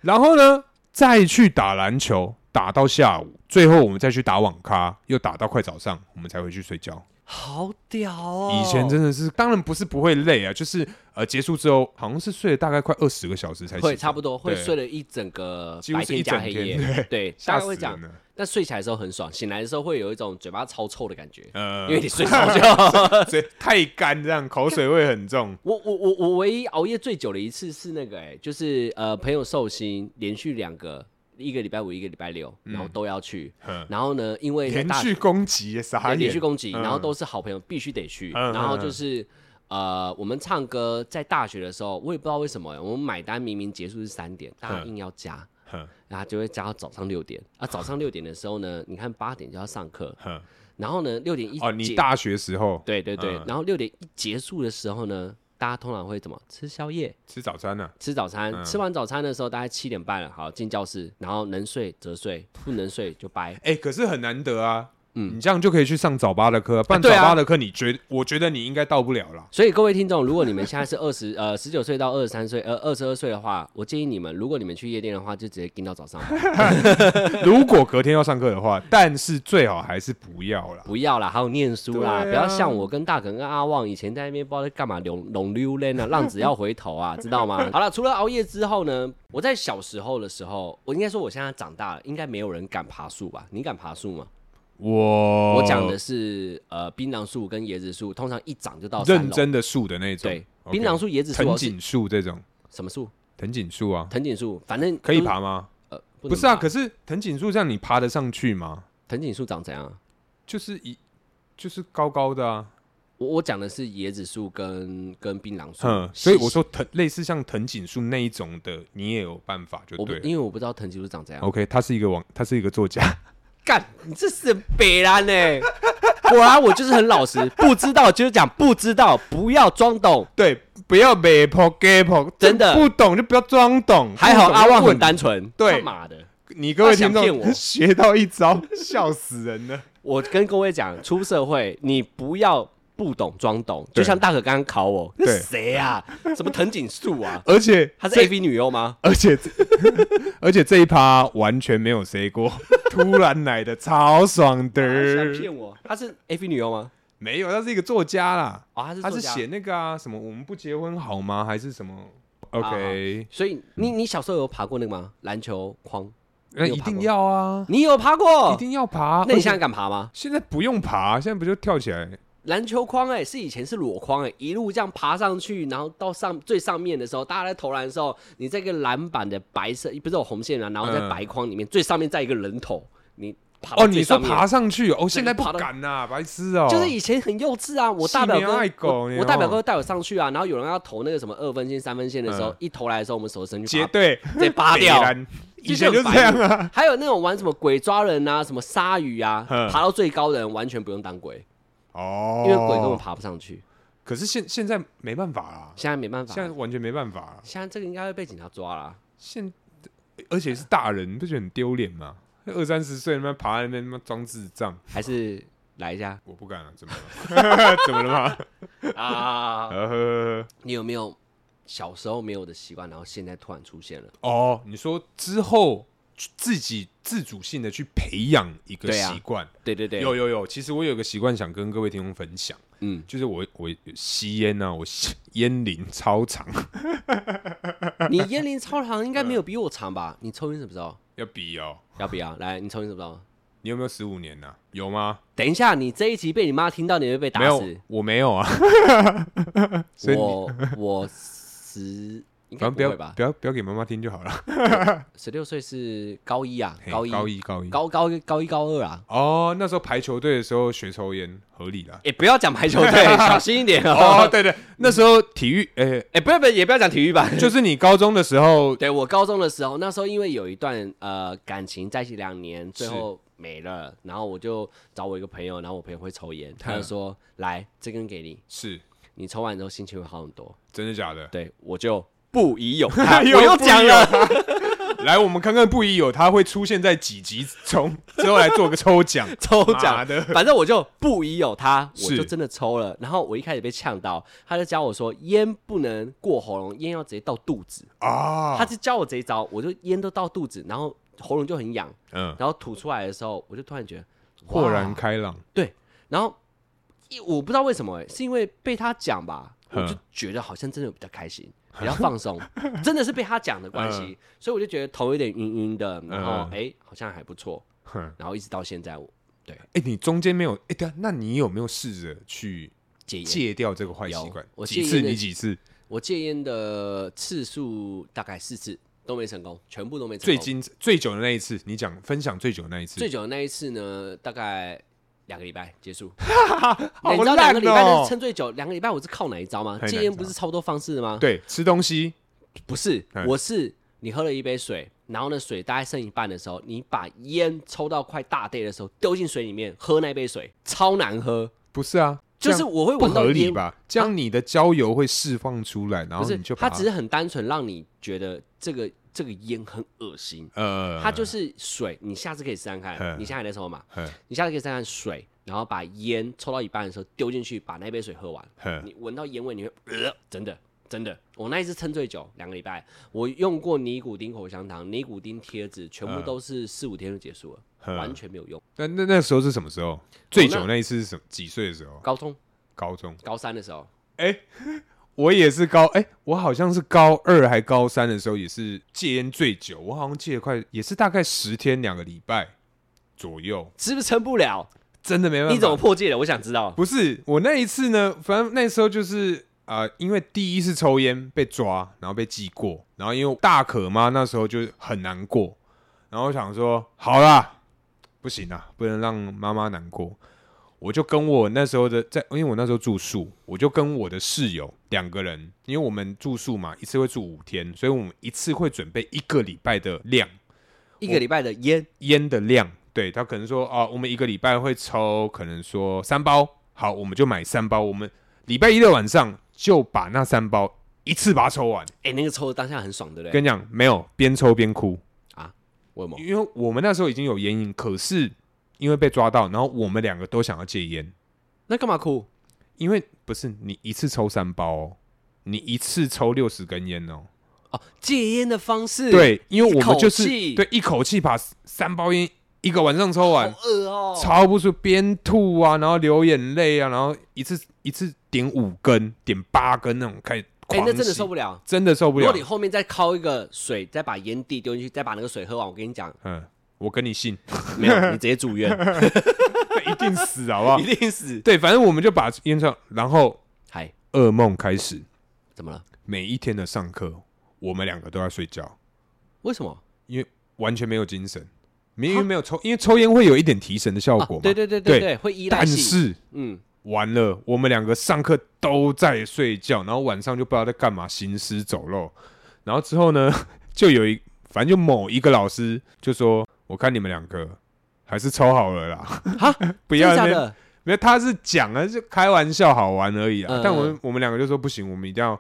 [SPEAKER 1] 然后呢再去打篮球，打到下午，最后我们再去打网咖，又打到快早上，我们才回去睡觉。
[SPEAKER 2] 好屌哦！
[SPEAKER 1] 以前真的是，当然不是不会累啊，就是呃结束之后，好像是睡了大概快二十个小时才
[SPEAKER 2] 会差不
[SPEAKER 1] 多，
[SPEAKER 2] 多会
[SPEAKER 1] 对
[SPEAKER 2] 睡了一整个
[SPEAKER 1] 几乎
[SPEAKER 2] 白
[SPEAKER 1] 是一
[SPEAKER 2] 天加
[SPEAKER 1] 整
[SPEAKER 2] 黑
[SPEAKER 1] 天
[SPEAKER 2] 夜， 对，大
[SPEAKER 1] 吓
[SPEAKER 2] 家
[SPEAKER 1] 死
[SPEAKER 2] 会讲
[SPEAKER 1] 人，了。
[SPEAKER 2] 但睡起来的时候很爽，醒来的时候会有一种嘴巴超臭的感觉，
[SPEAKER 1] 呃
[SPEAKER 2] 因为 你睡着觉。
[SPEAKER 1] 所以太干，这样口水味很 重。
[SPEAKER 2] 我我我我唯一熬夜最久的一次是那个、哎，就是呃朋友寿星，连续两个，一个礼拜五，一个礼拜六，然后都要去。
[SPEAKER 1] 嗯
[SPEAKER 2] 然后呢，因为在
[SPEAKER 1] 连
[SPEAKER 2] 大
[SPEAKER 1] 续攻击，傻
[SPEAKER 2] 对
[SPEAKER 1] 眼，
[SPEAKER 2] 连续攻击，然后
[SPEAKER 1] 嗯
[SPEAKER 2] 都是好朋友，必须得去。
[SPEAKER 1] 嗯嗯
[SPEAKER 2] 然后就是呃，我们唱歌在大学的时候，我也不知道为什么、我们买单明明结束是三点，大家
[SPEAKER 1] 嗯
[SPEAKER 2] 硬要加，
[SPEAKER 1] 哼
[SPEAKER 2] 然后就会加到早上六点。啊，早上六点的时候呢，你看八点就要上课，
[SPEAKER 1] 哼
[SPEAKER 2] 然后呢六点一
[SPEAKER 1] 嗯哦，你
[SPEAKER 2] 结
[SPEAKER 1] 大学时候
[SPEAKER 2] 对对对，
[SPEAKER 1] 嗯
[SPEAKER 2] 然后六点一结束的时候呢，大家通常会怎么吃宵夜？
[SPEAKER 1] 吃早餐呢？
[SPEAKER 2] 吃早餐，
[SPEAKER 1] 嗯
[SPEAKER 2] 吃完早餐的时候大概七点半了，好进教室，然后能睡则睡，不能睡就掰。
[SPEAKER 1] 哎，可是很难得啊。
[SPEAKER 2] 嗯
[SPEAKER 1] 你这样就可以去上早八的课，办早
[SPEAKER 2] 对啊
[SPEAKER 1] 八的课，你觉我觉得你应该到不了啦。
[SPEAKER 2] 所以各位听众，如果你们现在是二十呃十九岁到二十三岁呃二十二岁的话，我建议你们，如果你们去夜店的话，就直接盯到早上吧，
[SPEAKER 1] 如果隔天要上课的话，但是最好还是不要啦。
[SPEAKER 2] 不要啦，还有念书啦，
[SPEAKER 1] 对啊
[SPEAKER 2] 不要像我跟大可跟阿旺以前在那边不知道在干嘛，拢拢溜lên啊，浪子要回 头啊，知道吗？好了，除了熬夜之后呢，我在小时候的时候，我应该说我现在长大了，应该没有人敢爬树吧？你敢爬树吗？
[SPEAKER 1] 我
[SPEAKER 2] 我讲的是呃槟榔树跟椰子树，通常一长就到三楼
[SPEAKER 1] 认真的树的那种，
[SPEAKER 2] 对，
[SPEAKER 1] OK
[SPEAKER 2] 槟榔树、椰子树
[SPEAKER 1] 藤
[SPEAKER 2] 哦是
[SPEAKER 1] 井树这种
[SPEAKER 2] 什么树？
[SPEAKER 1] 藤井树啊，
[SPEAKER 2] 藤井树，反正
[SPEAKER 1] 可以
[SPEAKER 2] 都是
[SPEAKER 1] 爬吗？
[SPEAKER 2] 呃，不
[SPEAKER 1] 不
[SPEAKER 2] 能
[SPEAKER 1] 是啊，
[SPEAKER 2] 爬
[SPEAKER 1] 可是藤井树这样你爬得上去吗？
[SPEAKER 2] 藤井树长怎样啊？
[SPEAKER 1] 就是一就是高高的啊，
[SPEAKER 2] 我我讲的是椰子树跟跟槟榔树，
[SPEAKER 1] 嗯，所以我说藤类似像藤井树那一种的，你也有办法就
[SPEAKER 2] 我不
[SPEAKER 1] 对哦了。
[SPEAKER 2] 因为我不知道藤吉树长怎样。
[SPEAKER 1] OK，他是一个网，他是一个作家，
[SPEAKER 2] 干，你这是北兰呢、果然我就是很老实，不知道就是讲不知道，不要装懂。
[SPEAKER 1] 对，不要被破给破，
[SPEAKER 2] 真的
[SPEAKER 1] 不懂就不要装懂。
[SPEAKER 2] 还好
[SPEAKER 1] 不懂
[SPEAKER 2] 阿
[SPEAKER 1] 就
[SPEAKER 2] 旺很
[SPEAKER 1] 问
[SPEAKER 2] 单纯，
[SPEAKER 1] 对
[SPEAKER 2] 他妈的！
[SPEAKER 1] 你各位听
[SPEAKER 2] 他想骗
[SPEAKER 1] 众
[SPEAKER 2] 我
[SPEAKER 1] 学到一招， 笑死人了。
[SPEAKER 2] 我跟各位讲，出社会你不要不懂装懂，
[SPEAKER 1] 对
[SPEAKER 2] 就像大可刚刚考我，那
[SPEAKER 1] 对
[SPEAKER 2] 谁啊？什么藤井 树啊？
[SPEAKER 1] 而且
[SPEAKER 2] 她是
[SPEAKER 1] 这
[SPEAKER 2] AV 女优吗？
[SPEAKER 1] 而且 这而且这一趴完全没有 say 过，突然来的超爽 的。
[SPEAKER 2] 想骗我？她是 AV 女优吗？
[SPEAKER 1] 没有，他是一个作家啦。
[SPEAKER 2] 啊、她是
[SPEAKER 1] 他
[SPEAKER 2] 作
[SPEAKER 1] 是
[SPEAKER 2] 家
[SPEAKER 1] 写那个啊，什么我们不结婚好吗？还是什么？OK，
[SPEAKER 2] 所以你你小时候有爬过那个吗？篮球框，
[SPEAKER 1] 那、
[SPEAKER 2] 你有
[SPEAKER 1] 一
[SPEAKER 2] 爬过
[SPEAKER 1] 定要啊，
[SPEAKER 2] 你有爬过？
[SPEAKER 1] 一定要爬。
[SPEAKER 2] 那你现
[SPEAKER 1] 而
[SPEAKER 2] 在
[SPEAKER 1] 且
[SPEAKER 2] 敢爬吗？
[SPEAKER 1] 现在不用爬，现在不就跳起来？
[SPEAKER 2] 篮球框哎、是以前是裸框哎、一路这样爬上去，然后到上最上面的时候，大家在投篮的时候，你在一个篮板的白色，不是有红线啊，然后在
[SPEAKER 1] 嗯
[SPEAKER 2] 白框里面、最上面再一个人头，你爬到
[SPEAKER 1] 哦，
[SPEAKER 2] 最
[SPEAKER 1] 你说
[SPEAKER 2] 啊上面
[SPEAKER 1] 爬上去哦？现
[SPEAKER 2] 对
[SPEAKER 1] 在不
[SPEAKER 2] 爬到
[SPEAKER 1] 敢呐、白痴哦、
[SPEAKER 2] 就是以前很幼稚啊！我大
[SPEAKER 1] 细
[SPEAKER 2] 表
[SPEAKER 1] 苗爱
[SPEAKER 2] 哥，
[SPEAKER 1] 狗
[SPEAKER 2] 我
[SPEAKER 1] 你
[SPEAKER 2] 我大表
[SPEAKER 1] 哦
[SPEAKER 2] 哥带我上去啊，然后有人要投那个什么二分线、三分线的时候，
[SPEAKER 1] 嗯
[SPEAKER 2] 一投来的时候，我们手伸去
[SPEAKER 1] 结
[SPEAKER 2] 拔，
[SPEAKER 1] 对
[SPEAKER 2] 直接拔
[SPEAKER 1] 北
[SPEAKER 2] 掉。
[SPEAKER 1] 兰以前就是这
[SPEAKER 2] 很白
[SPEAKER 1] 样
[SPEAKER 2] 目
[SPEAKER 1] 啊。
[SPEAKER 2] 还有那种玩什么鬼抓人啊、什么鲨鱼啊，
[SPEAKER 1] 嗯
[SPEAKER 2] 爬到最高的人完全不用当鬼，
[SPEAKER 1] 哦
[SPEAKER 2] 因，为鬼根本爬不上去。
[SPEAKER 1] 可是现现在没办法啦，
[SPEAKER 2] 现在没办法
[SPEAKER 1] 现，在完全没办法啦。
[SPEAKER 2] 现在这个应该会被警察抓啦。
[SPEAKER 1] 现而且是大人，你不觉得很丢脸吗？二三十岁他妈爬在那边他妈装智障，
[SPEAKER 2] 还是来一下
[SPEAKER 1] 我不敢了、啊怎么了？怎么了吗？
[SPEAKER 2] 啊！
[SPEAKER 1] 呃呵呵呵
[SPEAKER 2] 你有没有小时候没有的习惯，然后现在突然出现了？
[SPEAKER 1] 哦，你说之后自己自主性的去培养一个
[SPEAKER 2] 对啊
[SPEAKER 1] 习惯，
[SPEAKER 2] 对对对，
[SPEAKER 1] 有有有。其实我有个习惯想跟各位听众分享，
[SPEAKER 2] 嗯，
[SPEAKER 1] 就是我我吸烟啊，我吸烟龄超长，
[SPEAKER 2] 你烟龄超长，应该没有比我 长吧？你抽烟什么时候？
[SPEAKER 1] 要比哦。
[SPEAKER 2] 要不要？来，你抽烟什么时候？
[SPEAKER 1] 你有没有十五年呐、啊有吗？
[SPEAKER 2] 等一下，你这一集被你妈听到，你会被打
[SPEAKER 1] 没有
[SPEAKER 2] 死。，
[SPEAKER 1] 我没有 啊。所以你
[SPEAKER 2] 我我十，应
[SPEAKER 1] 反
[SPEAKER 2] 该
[SPEAKER 1] 正
[SPEAKER 2] 不
[SPEAKER 1] 不要
[SPEAKER 2] 会吧
[SPEAKER 1] 不？要不要给妈妈听就好了。
[SPEAKER 2] 十六岁是高一啊，
[SPEAKER 1] 嘿
[SPEAKER 2] 高一
[SPEAKER 1] 高一高一
[SPEAKER 2] 高高高一高二啊。。
[SPEAKER 1] 哦，那时候排球队的时候学抽烟，合理啦
[SPEAKER 2] 也不要讲排球 队，小心一点
[SPEAKER 1] 哦，
[SPEAKER 2] 哦。
[SPEAKER 1] 对对，那时候体育，诶、
[SPEAKER 2] 哎，不要不要，也不要讲体育吧，
[SPEAKER 1] 就是你高中的时候，
[SPEAKER 2] 对我高中的时候，那时候因为有一段呃感情在一起两年，最后没了，然后我就找我一个朋友，然后我朋友会抽烟，他就说：“来，这根给你，
[SPEAKER 1] 是
[SPEAKER 2] 你抽完之后心情会好很多。
[SPEAKER 1] 真的假的”？
[SPEAKER 2] 对我就不疑 有 他，我
[SPEAKER 1] 又
[SPEAKER 2] 又
[SPEAKER 1] 不
[SPEAKER 2] 讲
[SPEAKER 1] 疑有
[SPEAKER 2] 了，，
[SPEAKER 1] 来，我们看看不一有他会出现在几集中之后来做个抽奖
[SPEAKER 2] 抽
[SPEAKER 1] 妈
[SPEAKER 2] 奖
[SPEAKER 1] 的，
[SPEAKER 2] 反 正我就不疑有他，我
[SPEAKER 1] 是
[SPEAKER 2] 就真的抽了。然后我一开始被呛到，他就教我说烟不能过喉咙，烟要直接到肚子。
[SPEAKER 1] 啊
[SPEAKER 2] 他，就教我这一招，我就烟都到肚子，然后喉咙就很痒，
[SPEAKER 1] 嗯，
[SPEAKER 2] 然后吐出来的时候，我就突然觉得
[SPEAKER 1] 豁然
[SPEAKER 2] 哇
[SPEAKER 1] 开朗，
[SPEAKER 2] 对，然后一我不知道为什么、欸，是因为被他讲吧，我就
[SPEAKER 1] 嗯
[SPEAKER 2] 觉得好像真的比较 开心，比较放松，真的是被他讲的关系， 所以我就觉得头有点晕晕的，然后
[SPEAKER 1] 嗯
[SPEAKER 2] 哎、欸好像还不错，
[SPEAKER 1] 哼，哎、
[SPEAKER 2] 然后一直到现在我对
[SPEAKER 1] 你中间没有，哎、对啊，那你有没有试着去
[SPEAKER 2] 戒烟，
[SPEAKER 1] 戒掉这个坏习惯
[SPEAKER 2] 有？我戒
[SPEAKER 1] 几
[SPEAKER 2] 烟
[SPEAKER 1] 次？
[SPEAKER 2] 的
[SPEAKER 1] 你几次？
[SPEAKER 2] 我戒烟的次数大概四次都没成功，全部都没成功。
[SPEAKER 1] 最精最久的那一次，你讲分享最久的那一次，
[SPEAKER 2] 最久的那一次呢，大概两个礼拜结束。
[SPEAKER 1] 好
[SPEAKER 2] 你知道两个礼拜
[SPEAKER 1] 烂哦
[SPEAKER 2] 就是撑最久，两个礼拜我是靠哪一招吗？
[SPEAKER 1] 靠哪一
[SPEAKER 2] 戒烟
[SPEAKER 1] 招
[SPEAKER 2] 不是超多方式的吗？
[SPEAKER 1] 对，吃东西，
[SPEAKER 2] 不是
[SPEAKER 1] 嗯，
[SPEAKER 2] 我是你喝了一杯水，然后呢水大概剩一半的时候，你把烟抽到快大杯的时候丢进水里面喝那杯水，超难喝。
[SPEAKER 1] 不是啊，
[SPEAKER 2] 就
[SPEAKER 1] 这
[SPEAKER 2] 是
[SPEAKER 1] 样
[SPEAKER 2] 我会
[SPEAKER 1] 不
[SPEAKER 2] 闻到
[SPEAKER 1] 合理
[SPEAKER 2] 烟，
[SPEAKER 1] 吧？这样你的焦油会释放出来，然
[SPEAKER 2] 不
[SPEAKER 1] 后
[SPEAKER 2] 是
[SPEAKER 1] 你就，把
[SPEAKER 2] 它只是很单纯让你觉得这个这个烟很恶心。
[SPEAKER 1] 呃，
[SPEAKER 2] 它就是水，你下次可以试试看
[SPEAKER 1] 嗯。
[SPEAKER 2] 你现在还在抽嘛？
[SPEAKER 1] 哼
[SPEAKER 2] 你下次可以试试看水，然后把烟抽到一半的时候丢进去，把那杯水喝完。
[SPEAKER 1] 哼
[SPEAKER 2] 你闻到烟味，你会、呃，真的真的，我那一次撑最久，两个礼拜，我用过尼古丁口香糖、尼古丁贴纸，全部
[SPEAKER 1] 嗯
[SPEAKER 2] 都是四五天就结束了，完
[SPEAKER 1] 哼，
[SPEAKER 2] 全哦没有用。
[SPEAKER 1] 那那那时候是什么时候？最久那一次是什么？几岁的时候？
[SPEAKER 2] 高中
[SPEAKER 1] 高中。
[SPEAKER 2] 高三的时候
[SPEAKER 1] 我也是高，哎、我好像是高二还高三的时候，也是戒烟最久。我好像戒了快，也是大概十天两个礼拜左右，
[SPEAKER 2] 是不是撑不了？
[SPEAKER 1] 真的没办法。
[SPEAKER 2] 你怎么破戒的？我想知道。
[SPEAKER 1] 不是嗯我那一次呢，反正那时候就是啊、呃因为第一次抽烟被抓，然后被记过，然后因为大可妈那时候就很难过，啊然后我想说好啦，不行啦，不能让妈妈难过，我就跟我那时候的在，因为我那时候住宿，我就跟我的室友两个人，因为我们住宿嘛，一次会住五天，所以我们一次会准备一个礼拜的量
[SPEAKER 2] 一个礼拜的烟，
[SPEAKER 1] 烟的量。对他可能说啊，我们一个礼拜会抽，可能说三包，好，我们就买三包，我们礼拜一的晚上就把那三包一次把它抽完。
[SPEAKER 2] 哎、那个抽当下很爽，对不对？
[SPEAKER 1] 跟你讲，没有边抽边哭，
[SPEAKER 2] 我有没有
[SPEAKER 1] 因为我们那时候已经有烟瘾，可是因为被抓到，然后我们两个都想要戒烟。
[SPEAKER 2] 那干嘛哭？
[SPEAKER 1] 因为不是你一次抽三包哦，你一次抽六十根烟哦。
[SPEAKER 2] 哦，戒烟的方式，，
[SPEAKER 1] 对，因为我
[SPEAKER 2] 一
[SPEAKER 1] 们
[SPEAKER 2] 口
[SPEAKER 1] 就是
[SPEAKER 2] 气
[SPEAKER 1] 对一口气把三包烟一个晚上抽
[SPEAKER 2] 好
[SPEAKER 1] 完，
[SPEAKER 2] 饿哦，
[SPEAKER 1] 超不舒服，边吐啊，然后流眼泪啊，然后一次一次点五根、点八根那种，开始
[SPEAKER 2] 哎、
[SPEAKER 1] 狂吸、
[SPEAKER 2] 那真的受不了。
[SPEAKER 1] 真的受不
[SPEAKER 2] 如
[SPEAKER 1] 了
[SPEAKER 2] 果你。后面再敲一个水，再把烟蒂丢进去，再把那个水喝完，我跟你讲，
[SPEAKER 1] 嗯，我跟你 信，
[SPEAKER 2] 没有，你直接住院，
[SPEAKER 1] 一定死好不好？
[SPEAKER 2] 一定死。
[SPEAKER 1] 对，反正我们就把烟抽，然后
[SPEAKER 2] 嗨，
[SPEAKER 1] 噩梦开始。
[SPEAKER 2] 怎么了？
[SPEAKER 1] 每一天的上课，我们两个都在睡觉。
[SPEAKER 2] 为什么？
[SPEAKER 1] 完全没有精神，明明没有抽，因为抽烟会有一点提神的效
[SPEAKER 2] 啊
[SPEAKER 1] 果嘛。
[SPEAKER 2] 对对对
[SPEAKER 1] 对
[SPEAKER 2] 对对，会依赖
[SPEAKER 1] 但
[SPEAKER 2] 性。
[SPEAKER 1] 是
[SPEAKER 2] 嗯，
[SPEAKER 1] 完了，我们两个上课都在睡觉，然后晚上就不知道在干嘛，行尸走肉。然后之后呢， 就有一，反正就某一个老师就说：“我看你们两个还是抽好了啦，
[SPEAKER 2] 哈，
[SPEAKER 1] 不
[SPEAKER 2] 真
[SPEAKER 1] 要
[SPEAKER 2] 的
[SPEAKER 1] 那
[SPEAKER 2] 假
[SPEAKER 1] 边。
[SPEAKER 2] 的？”
[SPEAKER 1] 没有，他是讲啊，是开玩笑好玩而已啊。
[SPEAKER 2] 嗯
[SPEAKER 1] 但我们我们两个就说不行，我们一定要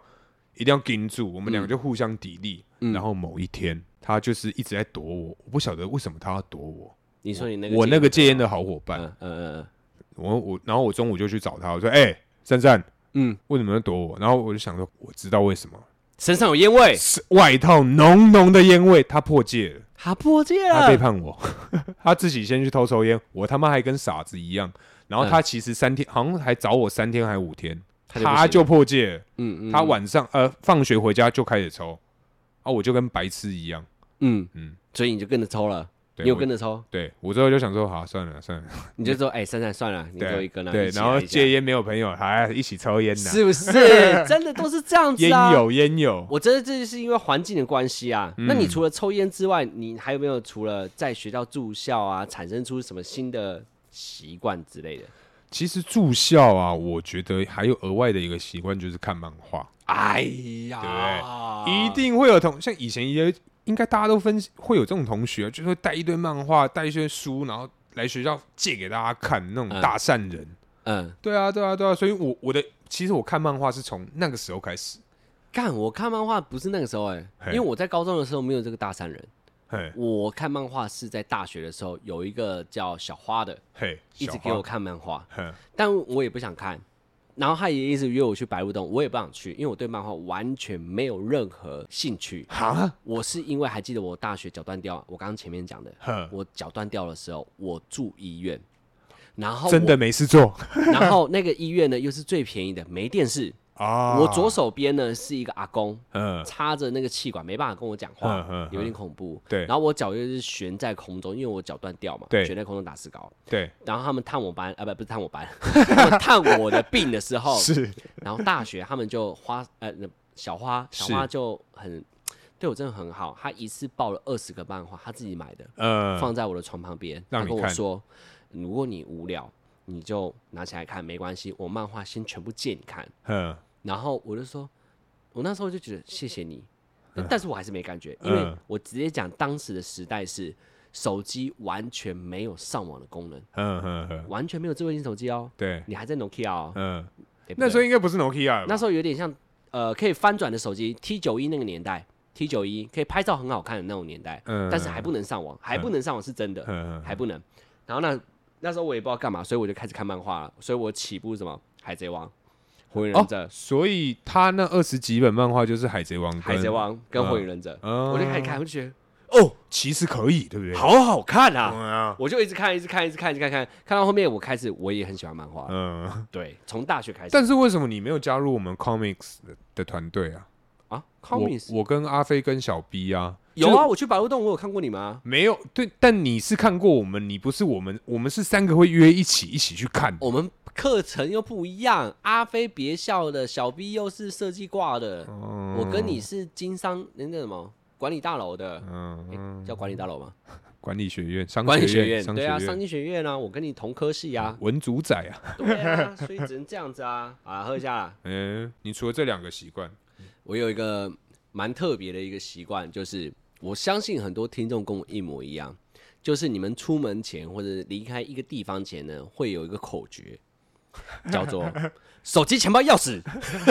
[SPEAKER 1] 一定要盯住，我们两个就互相砥砺。
[SPEAKER 2] 嗯
[SPEAKER 1] 然后某一天，他就是一直在躲我，我不晓得为什么他要躲我。
[SPEAKER 2] 你说你那个
[SPEAKER 1] 我那
[SPEAKER 2] 戒
[SPEAKER 1] 个戒烟的好伙
[SPEAKER 2] 烟
[SPEAKER 1] 伴，
[SPEAKER 2] 的，嗯嗯嗯
[SPEAKER 1] 我我然后我中午就去找他，我说：“哎、珊珊，
[SPEAKER 2] 嗯，
[SPEAKER 1] 为什么要躲我？”然后我就想说，我知道为什么，
[SPEAKER 2] 身上有烟味，
[SPEAKER 1] 是外套浓浓的烟味，他破戒了，
[SPEAKER 2] 他破戒
[SPEAKER 1] 他背
[SPEAKER 2] 了，
[SPEAKER 1] 叛我， 他自己先去偷抽烟，我他妈还跟傻子一样。然后他其实三天，好像还找我三天还五天，
[SPEAKER 2] 嗯他就不行了
[SPEAKER 1] 他就破戒了，
[SPEAKER 2] 嗯嗯，
[SPEAKER 1] 他晚上呃放学回家就开始抽，啊，我就跟白痴一样，
[SPEAKER 2] 嗯嗯
[SPEAKER 1] 嗯，
[SPEAKER 2] 所以你就跟着抽了，
[SPEAKER 1] 对
[SPEAKER 2] 你有
[SPEAKER 1] 我
[SPEAKER 2] 跟着抽，
[SPEAKER 1] 对我最后就想说，好、算了算了，
[SPEAKER 2] 你就说，哎，珊珊算了，你给我一根啊，
[SPEAKER 1] 对，
[SPEAKER 2] 一起
[SPEAKER 1] 然
[SPEAKER 2] 来
[SPEAKER 1] 后
[SPEAKER 2] 一下
[SPEAKER 1] 戒烟没有朋友，还一起抽烟呢、
[SPEAKER 2] 是不啊是？ 真的都是这样子
[SPEAKER 1] 烟
[SPEAKER 2] 啊。
[SPEAKER 1] 友嗯烟友，
[SPEAKER 2] 我觉得这就是因为环境的关系啊。那你除了抽烟之外，你还有没有除了在学校住校啊，产生出什么新的习惯之类的
[SPEAKER 1] 其实住校啊，我觉得还有额外的一个习惯就是看漫画，
[SPEAKER 2] 哎
[SPEAKER 1] 呀
[SPEAKER 2] 呀，
[SPEAKER 1] 一定会有同像以前也应该大家都分会有这种同学，就是会带一堆漫画，带一些书，然后来学校借给大家看那
[SPEAKER 2] 嗯
[SPEAKER 1] 种大善人。
[SPEAKER 2] 嗯，
[SPEAKER 1] 对啊，对啊，对啊，所以我我的其实我看漫画是从那个时候开始，
[SPEAKER 2] 干我看漫画不是那个时候哎、
[SPEAKER 1] 嘿
[SPEAKER 2] 因为我在高中的时候没有这个大三人，
[SPEAKER 1] 嘿
[SPEAKER 2] 我看漫画是在大学的时候有一个叫小花的，
[SPEAKER 1] 嘿，
[SPEAKER 2] 一直
[SPEAKER 1] 小
[SPEAKER 2] 给
[SPEAKER 1] 花
[SPEAKER 2] 我，啊看漫画，
[SPEAKER 1] 哼
[SPEAKER 2] 但我也不想看。然后他也一直约我去白鹿洞，我也不想去，因为我对漫画完全没有任何兴趣。
[SPEAKER 1] 哈，
[SPEAKER 2] 我是因为还记得我大学脚断掉，我刚刚前面讲的，
[SPEAKER 1] 哼，
[SPEAKER 2] 我脚断掉的时候，我住医院，然后我
[SPEAKER 1] 真的，没事做
[SPEAKER 2] 然后那个医院呢又是最便宜的，没电视。
[SPEAKER 1] 啊，
[SPEAKER 2] 我左，手边呢是一个阿公，
[SPEAKER 1] 嗯，
[SPEAKER 2] 插着那个气管，没办法跟我讲话
[SPEAKER 1] 嗯嗯，嗯
[SPEAKER 2] 有点恐怖。
[SPEAKER 1] 对
[SPEAKER 2] 然后我脚又是悬在空中，因为我脚断掉嘛，
[SPEAKER 1] 对
[SPEAKER 2] 悬在空中打石膏。
[SPEAKER 1] 对，
[SPEAKER 2] 然后他们探我班，啊不不是探我班， 他们探我的病的时候，
[SPEAKER 1] 是，
[SPEAKER 2] 然后大学他们就花呃那小花小
[SPEAKER 1] 是
[SPEAKER 2] 花就很对我真的很好，他一次报了二十个漫画，他自己买的，
[SPEAKER 1] 呃，
[SPEAKER 2] 放在我的床旁边，
[SPEAKER 1] 让
[SPEAKER 2] 他
[SPEAKER 1] 你
[SPEAKER 2] 跟我
[SPEAKER 1] 看
[SPEAKER 2] 说，如果你无聊，你就拿起来看，没关系，我漫画先全部借你看。
[SPEAKER 1] 哼，
[SPEAKER 2] 然后我就说，我那时候就觉得谢谢你，但但是我还是没感觉，因为
[SPEAKER 1] 嗯
[SPEAKER 2] 我直接讲当时的时代是手机完全没有上网的功能，
[SPEAKER 1] 哼哼哼，
[SPEAKER 2] 完全没有智慧型手机哦，
[SPEAKER 1] 对，
[SPEAKER 2] 你还在 Nokia 哦，
[SPEAKER 1] 嗯，
[SPEAKER 2] 对不
[SPEAKER 1] 那
[SPEAKER 2] 对
[SPEAKER 1] 时候应该不是 Nokia 了吧
[SPEAKER 2] 那时候有点像呃可以翻转的手机 T 九一那个年代，T 九一可以拍照很好看的那种年代，
[SPEAKER 1] 嗯
[SPEAKER 2] 但是还不能上网，还不能上网是真的，
[SPEAKER 1] 嗯
[SPEAKER 2] 还不能。然后那那时候我也不知道干嘛，所以我就开始看漫画了，所以我起步是什么海贼王、火影忍者、
[SPEAKER 1] 所以他那二十几本漫画就是《海贼王》、《
[SPEAKER 2] 海贼》，王跟
[SPEAKER 1] 嗯
[SPEAKER 2] 火影忍者，
[SPEAKER 1] 嗯
[SPEAKER 2] 我就开始看，我就觉得
[SPEAKER 1] 哦，其实可以，对不对？
[SPEAKER 2] 好好看啊！
[SPEAKER 1] 啊，
[SPEAKER 2] 我就一直看，一直看，一直看，一直看看，看到后面我开始我也很喜欢漫画，
[SPEAKER 1] 嗯。
[SPEAKER 2] 对，从大学开始
[SPEAKER 1] 但是为什么你没有加入我们 comics 的的团队啊？
[SPEAKER 2] 啊
[SPEAKER 1] 我
[SPEAKER 2] ，comics
[SPEAKER 1] 我跟阿飞跟小 B 啊，
[SPEAKER 2] 有
[SPEAKER 1] 就是
[SPEAKER 2] 啊，我去百物洞我有看过你们啊，
[SPEAKER 1] 没有？对，但你是看过我们，你不是我们，我们是三个会约一起一起去看。
[SPEAKER 2] 我们课程又不一样，阿飞别笑的，小 B 又是设计挂的，
[SPEAKER 1] 嗯
[SPEAKER 2] 我跟你是经商那那什么管理大楼的，
[SPEAKER 1] 嗯，
[SPEAKER 2] 叫管理大楼吗？
[SPEAKER 1] 管理学院、商
[SPEAKER 2] 管理
[SPEAKER 1] 学
[SPEAKER 2] 学院，
[SPEAKER 1] 商
[SPEAKER 2] 对啊，商
[SPEAKER 1] 院
[SPEAKER 2] 经学院啊，我跟你同科系啊，
[SPEAKER 1] 文主宰啊。
[SPEAKER 2] 对啊，所以只能这样子啊。好啦，喝一下啦。
[SPEAKER 1] 嗯，你除了这两个习惯，
[SPEAKER 2] 我有一个蛮特别的一个习惯，就是我相信很多听众跟我一模一样，就是你们出门前或者离开一个地方前呢，会有一个口诀， 叫做手机、钱包、钥匙。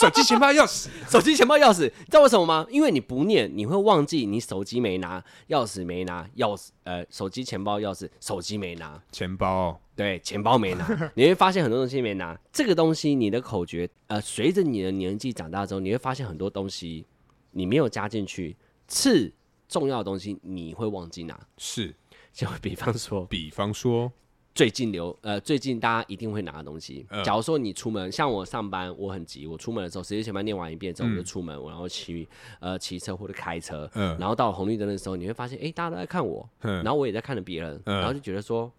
[SPEAKER 1] 手机、钱包、钥匙，
[SPEAKER 2] 手机、钱包、钥匙，你知道为什么吗？因为你不念，你会忘记你手机没拿，钥匙没拿，钥匙呃，手机、钱包、钥匙，手机没拿，
[SPEAKER 1] 钱包哦、
[SPEAKER 2] 对，钱包没拿， 你会发现很多东西没拿。这个东西，你的口诀，呃，随着你的年纪长大之后，你会发现很多东西你没有加进去，次重要的东西你会忘记拿。
[SPEAKER 1] 是。
[SPEAKER 2] 就比方说，
[SPEAKER 1] 比方说，
[SPEAKER 2] 最近流呃，最近大家一定会拿的东西。
[SPEAKER 1] 嗯
[SPEAKER 2] 假如说你出门，像我上班，我很急，我出门的时候，十一前班念完一遍之后，我就出门，我然后骑呃骑车或者开车，
[SPEAKER 1] 嗯
[SPEAKER 2] 然后到了红绿灯的时候，你会发现，哎，大家都在看我，
[SPEAKER 1] 嗯
[SPEAKER 2] 然后我也在看着别人，
[SPEAKER 1] 嗯
[SPEAKER 2] 然后就觉得说，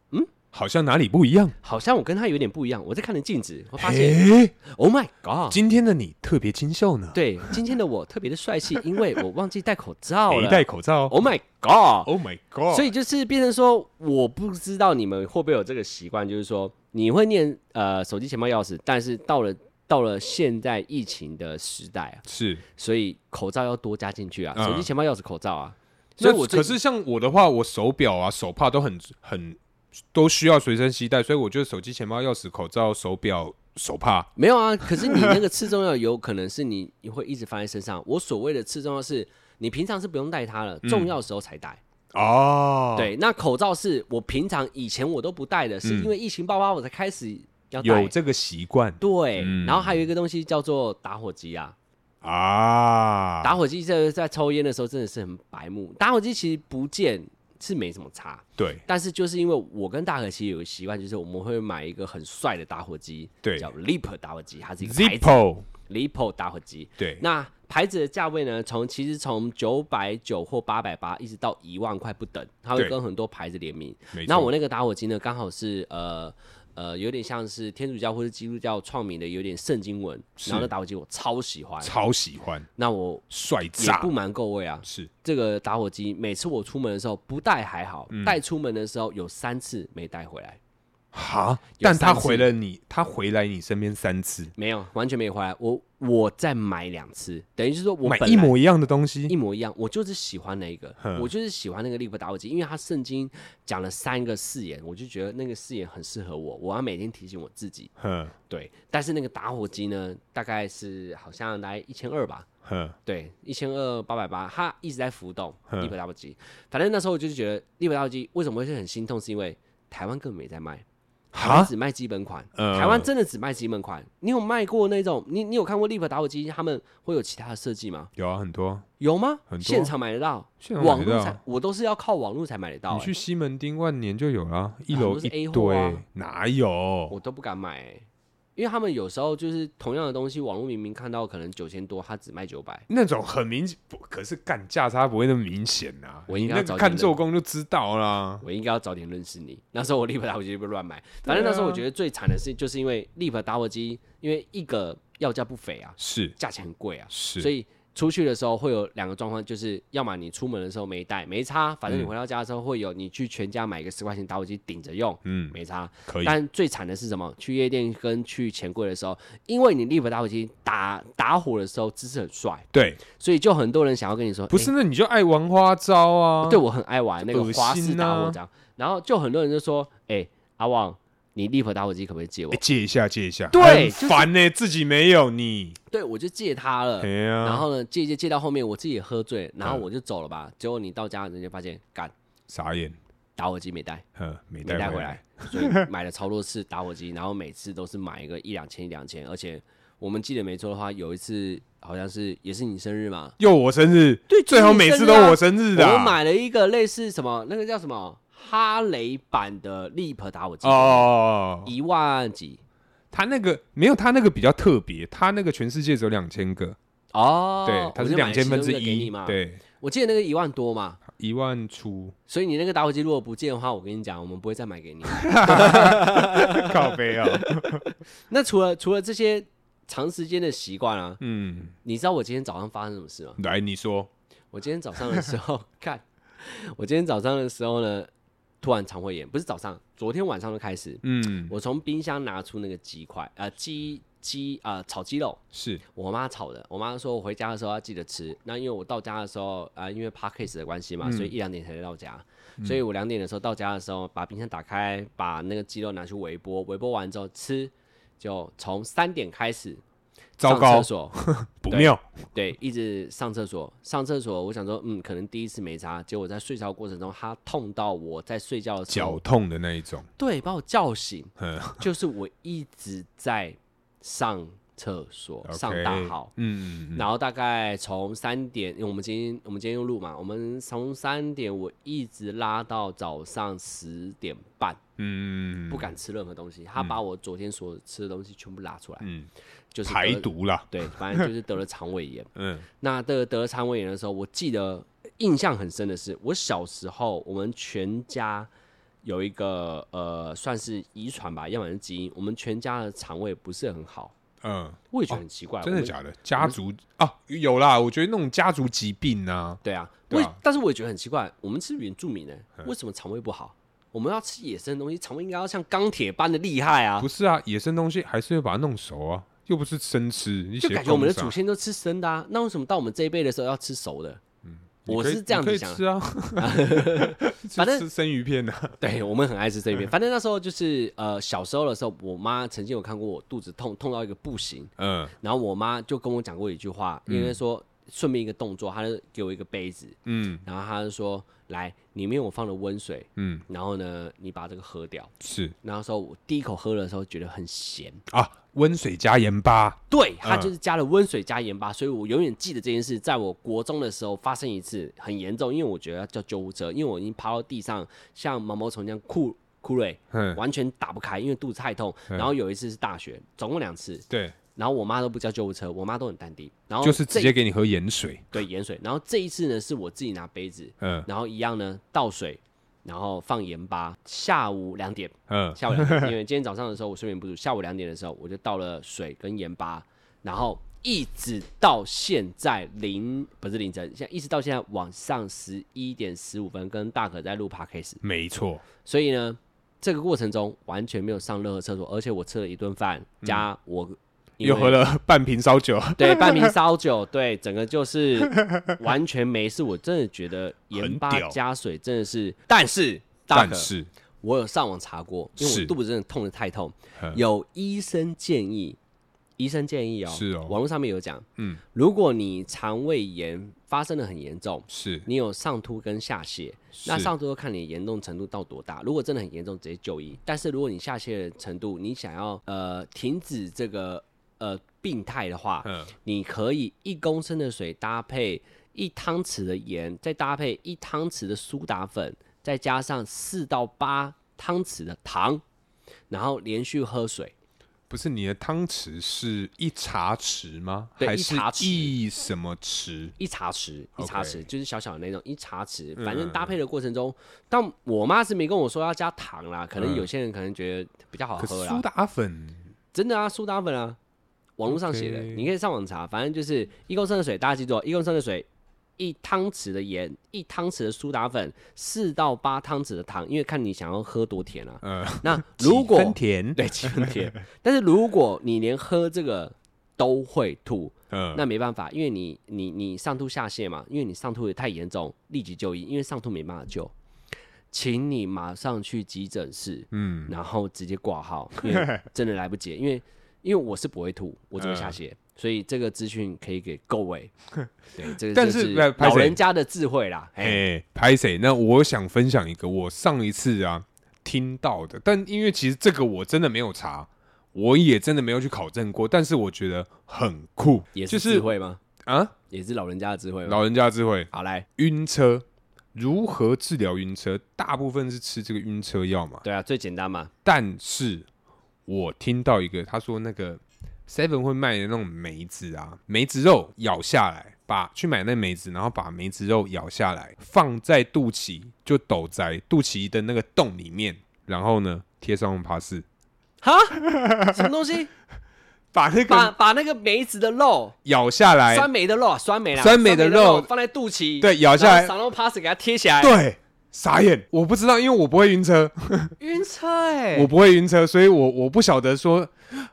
[SPEAKER 1] 好像哪里不一样。
[SPEAKER 2] 好像我跟他有点不一样。我在看着镜子，我发现
[SPEAKER 1] 诶、
[SPEAKER 2] ，Oh my God！
[SPEAKER 1] 今天的你特别清秀呢。
[SPEAKER 2] 对，今天的我特别的帅气，因为我忘记戴口罩
[SPEAKER 1] 没
[SPEAKER 2] 了。
[SPEAKER 1] 戴口罩。
[SPEAKER 2] Oh my God！
[SPEAKER 1] Oh my god！
[SPEAKER 2] 所以就是变成说，我不知道你们会不会有这个习惯，就是说你会念呃手机、钱包、钥匙，但是到了到了现在疫情的时代啊，
[SPEAKER 1] 是，
[SPEAKER 2] 所以口罩要多加进去啊，
[SPEAKER 1] 嗯
[SPEAKER 2] 手机、钱包、钥匙、口罩啊。所以
[SPEAKER 1] 那
[SPEAKER 2] 我最
[SPEAKER 1] 可是像我的话，我手表啊、手帕都很很都需要随身携带，所以我觉得手机、钱包、钥匙、口罩、手表、手帕，
[SPEAKER 2] 没有啊，可是你那个次重要有可能是你 你会一直放在身上。我所谓的次重要是，你平常是不用带它了，重要的时候才戴。
[SPEAKER 1] 嗯哦，，
[SPEAKER 2] 对，那口罩是我平常以前我都不戴的，是因为疫情爆发我才开始要戴。
[SPEAKER 1] 嗯有这个习惯
[SPEAKER 2] 对，
[SPEAKER 1] 嗯
[SPEAKER 2] 然后还有一个东西叫做打火机啊，
[SPEAKER 1] 啊。
[SPEAKER 2] 打火机在在抽烟的时候真的是很白目。打火机其实不见是没什么差，
[SPEAKER 1] 对，
[SPEAKER 2] 但是就是因为我跟大可其实有个习惯，就是我们会买一个很帅的打火机，
[SPEAKER 1] 对
[SPEAKER 2] 叫 Leap 打火机，它是一个牌子
[SPEAKER 1] Zippo，
[SPEAKER 2] Leap 打火机。
[SPEAKER 1] 对，
[SPEAKER 2] 那牌子的价位呢？从其实从九百九或八百八一直到一万块不等，它会
[SPEAKER 1] 对
[SPEAKER 2] 跟很多牌子联名。
[SPEAKER 1] 没
[SPEAKER 2] 那
[SPEAKER 1] 错
[SPEAKER 2] 我那个打火机呢，刚好是呃呃，有点像是天主教或者基督教创明的，有点圣经文。
[SPEAKER 1] 是
[SPEAKER 2] 然后那打火机我超喜欢，
[SPEAKER 1] 超喜欢，
[SPEAKER 2] 那我
[SPEAKER 1] 帅
[SPEAKER 2] 也
[SPEAKER 1] 炸
[SPEAKER 2] 不，瞒各位啊，
[SPEAKER 1] 是
[SPEAKER 2] 这个打火机每次我出门的时候不带还好，
[SPEAKER 1] 嗯
[SPEAKER 2] 带、出门的时候有三次没带回来，
[SPEAKER 1] 哈，但他
[SPEAKER 2] 三次
[SPEAKER 1] 回了你，他回来你身边三次，
[SPEAKER 2] 没有完全没回来。我我再买两次，等于是说我
[SPEAKER 1] 买
[SPEAKER 2] 本
[SPEAKER 1] 一
[SPEAKER 2] 来
[SPEAKER 1] 模一样的东西
[SPEAKER 2] 一，模一样，我就是喜欢那一个，我就是喜欢那个利普打火机，因为他圣经讲了三个誓言，我就觉得那个誓言很适合我，我要每天提醒我自己。
[SPEAKER 1] 哼
[SPEAKER 2] 对，但是那个打火机呢，大概是好像来一千二吧，
[SPEAKER 1] 哼，
[SPEAKER 2] 对，一千二八百八，它一直在浮动。
[SPEAKER 1] 嗯
[SPEAKER 2] 利普打火机，反正那时候我就是觉得利普打火机为什么会很心痛，是因为台湾根本没在卖，台湾
[SPEAKER 1] 哈，
[SPEAKER 2] 只卖基本款，
[SPEAKER 1] 呃
[SPEAKER 2] 台湾真的只卖基本款。你有卖过那种？你你有看过利普打火机他们会有其他的设计吗？
[SPEAKER 1] 有啊，很多，
[SPEAKER 2] 有吗？
[SPEAKER 1] 很多
[SPEAKER 2] 现场买得到，
[SPEAKER 1] 现场买
[SPEAKER 2] 网
[SPEAKER 1] 得
[SPEAKER 2] 络
[SPEAKER 1] 到
[SPEAKER 2] 才我都是要靠网络才买得到、
[SPEAKER 1] 你
[SPEAKER 2] 欸
[SPEAKER 1] 去西门町万年就有啦，一楼
[SPEAKER 2] 都啊是
[SPEAKER 1] 一
[SPEAKER 2] A 货啊
[SPEAKER 1] 堆，哪有？
[SPEAKER 2] 我都不敢买、欸因为他们有时候就是同样的东西，网络明明看到可能九千多，他只卖九百。
[SPEAKER 1] 那种很明显，不可是干价差不会那么明显呐、
[SPEAKER 2] 我
[SPEAKER 1] 你
[SPEAKER 2] 应
[SPEAKER 1] 那
[SPEAKER 2] 该要
[SPEAKER 1] 个
[SPEAKER 2] 找
[SPEAKER 1] 看
[SPEAKER 2] 你的
[SPEAKER 1] 做工就知道啦。
[SPEAKER 2] 我应该要早点认识你。那时候我利普打火机就被乱买，反
[SPEAKER 1] 对
[SPEAKER 2] 正
[SPEAKER 1] 啊
[SPEAKER 2] 那时候我觉得最惨的事情就是因为利普打火机，因为一个要价不菲啊，
[SPEAKER 1] 是
[SPEAKER 2] 价钱很贵啊，
[SPEAKER 1] 是，
[SPEAKER 2] 所
[SPEAKER 1] 以
[SPEAKER 2] 以出去的时候会有两个状况，就是要么你出门的时候没带，没差，反正
[SPEAKER 1] 嗯
[SPEAKER 2] 你回到家的时候会有你去全家买一个十块钱打火机顶着用，
[SPEAKER 1] 嗯，
[SPEAKER 2] 没差。
[SPEAKER 1] 可以
[SPEAKER 2] 但最惨的是什么？去夜店跟去钱柜的时候，因为你利普打火机打打火的时候姿势很帅，
[SPEAKER 1] 对，
[SPEAKER 2] 所以就很多人想要跟你说，
[SPEAKER 1] 不是那你就爱玩花招啊。
[SPEAKER 2] 欸哎对我很爱玩那个
[SPEAKER 1] 恶
[SPEAKER 2] 花式
[SPEAKER 1] 心
[SPEAKER 2] 打
[SPEAKER 1] 啊
[SPEAKER 2] 火这样，然后就很多人就说，哎、阿旺，你利普打火机可不可以借我
[SPEAKER 1] 欸，？借一下借一下，
[SPEAKER 2] 对
[SPEAKER 1] 很
[SPEAKER 2] 就是
[SPEAKER 1] 烦呢、自己没有你，
[SPEAKER 2] 对，我就借他了
[SPEAKER 1] 哎。呀、
[SPEAKER 2] 然后呢，借借借到后面，我自己也喝醉，然后
[SPEAKER 1] 嗯
[SPEAKER 2] 我就走了吧。结果你到家，人家发现，干
[SPEAKER 1] 傻眼，
[SPEAKER 2] 打火机没带，
[SPEAKER 1] 呵，没
[SPEAKER 2] 没带
[SPEAKER 1] 带
[SPEAKER 2] 回
[SPEAKER 1] 来
[SPEAKER 2] 来，，所以买了超多次打火机，然后每次都是买一个一两千一两千，而且我们记得没错的话，有一次好像是也是你生日嘛，
[SPEAKER 1] 又我生日，
[SPEAKER 2] 对
[SPEAKER 1] 最后每次都我生
[SPEAKER 2] 我
[SPEAKER 1] 日的、啊
[SPEAKER 2] 们买了一个类似什么那个叫什么哈雷版的 Leap 打火机，
[SPEAKER 1] 哦，
[SPEAKER 2] 一万几
[SPEAKER 1] 他那个没有，他那个比较特别，他那个全世界只有两千个，
[SPEAKER 2] 哦，
[SPEAKER 1] 对，他
[SPEAKER 2] 我
[SPEAKER 1] 是
[SPEAKER 2] 就买
[SPEAKER 1] 两
[SPEAKER 2] 了
[SPEAKER 1] 千
[SPEAKER 2] 其
[SPEAKER 1] 分
[SPEAKER 2] 中
[SPEAKER 1] 之
[SPEAKER 2] 个给你
[SPEAKER 1] 一
[SPEAKER 2] 嘛，，
[SPEAKER 1] 对，
[SPEAKER 2] 我记得那个一万多嘛，
[SPEAKER 1] 一万出，
[SPEAKER 2] 所以你那个打火机如果不见的话，我跟你讲，我们不会再买给你。
[SPEAKER 1] 靠背啊，
[SPEAKER 2] 那除了除了这些长时间的习惯啊，
[SPEAKER 1] 嗯，
[SPEAKER 2] 你知道我今天早上发生什么事吗？
[SPEAKER 1] 来你说，
[SPEAKER 2] 我今天早上的时候 看，我今天早上的时候呢，突然肠胃炎，不是早上，昨天晚上就开始。
[SPEAKER 1] 嗯，
[SPEAKER 2] 我从冰箱拿出那个鸡块，呃，鸡鸡啊、呃炒鸡肉，
[SPEAKER 1] 是
[SPEAKER 2] 我妈炒的。我妈说我回家的时候要记得吃。那因为我到家的时候啊、因为 p a c k a s e 的关系嘛，
[SPEAKER 1] 嗯
[SPEAKER 2] 所以一两点才能到家。所以我两点的时候到家的时候，把冰箱打开，把那个鸡肉拿去微波，微波完之后吃，就从三点开始
[SPEAKER 1] 糟
[SPEAKER 2] 上
[SPEAKER 1] 糕
[SPEAKER 2] 厕，所，
[SPEAKER 1] 不
[SPEAKER 2] 对
[SPEAKER 1] 妙，
[SPEAKER 2] 对，一直上厕所，上厕所。我想说，嗯，可能第一次没擦，结果在睡觉的过程中，它痛到我在睡觉的时
[SPEAKER 1] 绞
[SPEAKER 2] 候，
[SPEAKER 1] 痛的那一种，
[SPEAKER 2] 对，把我叫醒，
[SPEAKER 1] 嗯
[SPEAKER 2] 就是我一直在上厕所，
[SPEAKER 1] ，OK，
[SPEAKER 2] 上大号。
[SPEAKER 1] 嗯嗯嗯，
[SPEAKER 2] 然后大概从三点，因为我们今天我们今天又录嘛，我们从三点我一直拉到早上十点半，
[SPEAKER 1] 嗯嗯嗯
[SPEAKER 2] 不敢吃任何东西。他把我昨天所吃的东西全部拉出来，
[SPEAKER 1] 嗯，
[SPEAKER 2] 就是得
[SPEAKER 1] 排。毒啦，
[SPEAKER 2] 对，反正就是得了肠胃炎。
[SPEAKER 1] 嗯
[SPEAKER 2] 那得得了肠胃炎的时候，我记得印象很深的是，我小时候我们全家有一个呃，算是遗传吧，要么是基因，我们全家的肠胃不是很好，
[SPEAKER 1] 嗯，
[SPEAKER 2] 我也觉得很奇怪。
[SPEAKER 1] 真
[SPEAKER 2] 我
[SPEAKER 1] 的
[SPEAKER 2] 们
[SPEAKER 1] 假的？家族啊，有啦，我觉得那种家族疾病啊，
[SPEAKER 2] 对啊，
[SPEAKER 1] 对
[SPEAKER 2] 我
[SPEAKER 1] 啊嗯
[SPEAKER 2] 也但是我也觉得很奇怪，我们是原住民呢，欸为什么肠胃不好？我们要吃野生的东西，肠胃应该要像钢铁般的厉害啊
[SPEAKER 1] 不！是啊，野生东西还是会把它弄熟啊，又不是生吃，你
[SPEAKER 2] 就
[SPEAKER 1] 写
[SPEAKER 2] 感觉我们的
[SPEAKER 1] 供
[SPEAKER 2] 祖
[SPEAKER 1] 啥
[SPEAKER 2] 先都吃生的啊，那为什么到我们这一辈的时候要吃熟的？
[SPEAKER 1] 嗯你
[SPEAKER 2] 我
[SPEAKER 1] 可以
[SPEAKER 2] 是这样
[SPEAKER 1] 你可
[SPEAKER 2] 子
[SPEAKER 1] 以
[SPEAKER 2] 想的，
[SPEAKER 1] 吃啊，
[SPEAKER 2] 反正
[SPEAKER 1] 吃生鱼片啊，
[SPEAKER 2] 对我们很爱吃这一边。反正那时候就是呃小时候的时候，我妈曾经有看过我肚子痛痛到一个不行，
[SPEAKER 1] 嗯
[SPEAKER 2] 然后我妈就跟我讲过一句话，因为说顺便一个动作，她就给我一个杯子，
[SPEAKER 1] 嗯
[SPEAKER 2] 然后她就说来里面我放了温水，
[SPEAKER 1] 嗯，
[SPEAKER 2] 然后呢你把这个喝掉。
[SPEAKER 1] 是
[SPEAKER 2] 然后说我第一口喝的时候觉得很咸，
[SPEAKER 1] 啊，温水加盐巴，
[SPEAKER 2] 对，它就是加了温水加盐巴，所以我永远记得这件事。在我国中的时候发生一次很严重，因为我觉得要叫救护车，因为我已经趴到地上，像毛毛虫这样哭哭欸累，
[SPEAKER 1] 嗯，
[SPEAKER 2] 完全打不开，因为肚子太痛。
[SPEAKER 1] 嗯
[SPEAKER 2] 然后有一次是大学，总共两次，
[SPEAKER 1] 对，
[SPEAKER 2] 然后我妈都不叫救护车，我妈都很淡定。然后
[SPEAKER 1] 就是直
[SPEAKER 2] 这
[SPEAKER 1] 接给你喝盐水，
[SPEAKER 2] 对盐水，然后这一次呢是我自己拿杯子，
[SPEAKER 1] 嗯
[SPEAKER 2] 然后一样呢倒水，然后放盐巴。下午两 点，
[SPEAKER 1] 嗯
[SPEAKER 2] 下午两点，因为今天早上的时候我睡眠不足，下午两点的时候我就倒了水跟盐巴，然后一直到现在凌不是凌晨，现在一直到现在晚上十一点十五分跟大可在录 podcast，
[SPEAKER 1] 没错，
[SPEAKER 2] 所以呢，这个过程中完全没有上任何厕所，而且我吃了一顿饭加我因
[SPEAKER 1] 嗯又
[SPEAKER 2] 为
[SPEAKER 1] 喝了半瓶烧酒，
[SPEAKER 2] 对半瓶烧酒，对整个就是完全没事。我真的觉得盐
[SPEAKER 1] 很
[SPEAKER 2] 巴
[SPEAKER 1] 屌
[SPEAKER 2] 加水真的是，但是大
[SPEAKER 1] 但
[SPEAKER 2] 可
[SPEAKER 1] 是
[SPEAKER 2] 我有上网查过，因为
[SPEAKER 1] 是
[SPEAKER 2] 我肚子真的痛的太痛
[SPEAKER 1] 嗯，
[SPEAKER 2] 有医生建议，医生建议哦，
[SPEAKER 1] 是哦
[SPEAKER 2] 网络上面有讲，
[SPEAKER 1] 嗯，
[SPEAKER 2] 如果你肠胃炎发生的很严重，
[SPEAKER 1] 是
[SPEAKER 2] 你有上凸跟下泻，那
[SPEAKER 1] 是
[SPEAKER 2] 上凸看你严重程度到多大。如果真的很严重，直接就医。但是如果你下泻的程度，你想要呃停止这个呃病态的话，
[SPEAKER 1] 嗯
[SPEAKER 2] 你可以一公升的水搭配一汤匙的盐，再搭配一汤匙的苏打粉，再加上四到八汤匙的糖，然后连续喝水。
[SPEAKER 1] 不是你的汤匙是一茶匙吗？
[SPEAKER 2] 对
[SPEAKER 1] 还
[SPEAKER 2] 一
[SPEAKER 1] 是
[SPEAKER 2] 茶匙
[SPEAKER 1] 一什么匙？
[SPEAKER 2] 一茶匙，一
[SPEAKER 1] OK 嗯
[SPEAKER 2] 茶匙就是小小的那种，一茶匙。反正搭配的过程中，但我妈是没跟我说要加糖啦，可能有些人可能觉得比较好
[SPEAKER 1] 嗯可是
[SPEAKER 2] 喝啦
[SPEAKER 1] 苏。打粉
[SPEAKER 2] 真的啊，苏打粉啊，网络上写的
[SPEAKER 1] OK
[SPEAKER 2] 你可以上网查。反正就是一公升的水，大家记住哦，一公升的水，一汤匙的盐，一汤匙的苏打粉，四到八汤匙的糖，因为看你想要喝多甜啊。
[SPEAKER 1] 嗯
[SPEAKER 2] 那如果
[SPEAKER 1] 几分甜，
[SPEAKER 2] 对几分甜，但是如果你连喝这个都会吐，
[SPEAKER 1] 嗯，
[SPEAKER 2] 那没办法，因为你你你上吐下泻嘛，因为你上吐的太严重，立即就医，因为上吐没办法救，请你马上去急诊室，
[SPEAKER 1] 嗯，
[SPEAKER 2] 然后直接 挂号，因为真的来不及，因为因为我是不会吐，我只会
[SPEAKER 1] 嗯
[SPEAKER 2] 下泻，所以这个资讯可以给各 位，对，这个
[SPEAKER 1] 但
[SPEAKER 2] 就是是
[SPEAKER 1] 呃拍
[SPEAKER 2] 老
[SPEAKER 1] 谁
[SPEAKER 2] 人家的智慧啦，哎、
[SPEAKER 1] 哎，拍谁？那我想分享一个我上一次啊听到的，但因为其实这个我真的没有查，我也真的没有去考证过，但是我觉得很酷，
[SPEAKER 2] 也是
[SPEAKER 1] 就
[SPEAKER 2] 智
[SPEAKER 1] 是
[SPEAKER 2] 慧吗？
[SPEAKER 1] 啊，
[SPEAKER 2] 也是老人家的智慧吗？
[SPEAKER 1] 老人家智慧，
[SPEAKER 2] 好来，
[SPEAKER 1] 晕车如何治疗晕车？大部分是吃这个晕车药嘛，
[SPEAKER 2] 对啊，最简单嘛，
[SPEAKER 1] 但是我听到一个，他说那个 Seven 会卖的那种梅子啊，梅子肉咬下来，把去买那梅子，然后把梅子肉咬下来，放在肚脐就抖在肚脐的那个洞里面，然后呢贴上帕氏，
[SPEAKER 2] 哈，什么东西？
[SPEAKER 1] 把那
[SPEAKER 2] 把
[SPEAKER 1] 个
[SPEAKER 2] 把那个梅子的肉，
[SPEAKER 1] 咬下来，
[SPEAKER 2] 酸梅的肉啊，酸梅啦，
[SPEAKER 1] 哎酸梅
[SPEAKER 2] 梅
[SPEAKER 1] 的
[SPEAKER 2] 的
[SPEAKER 1] 肉
[SPEAKER 2] 放在肚脐，
[SPEAKER 1] 对咬下来
[SPEAKER 2] 然后 pass 给它贴起来，，
[SPEAKER 1] 对，傻眼，我不知道，因为我不会晕车，
[SPEAKER 2] 晕车哎、
[SPEAKER 1] 我不会晕车，所以我我不晓得说，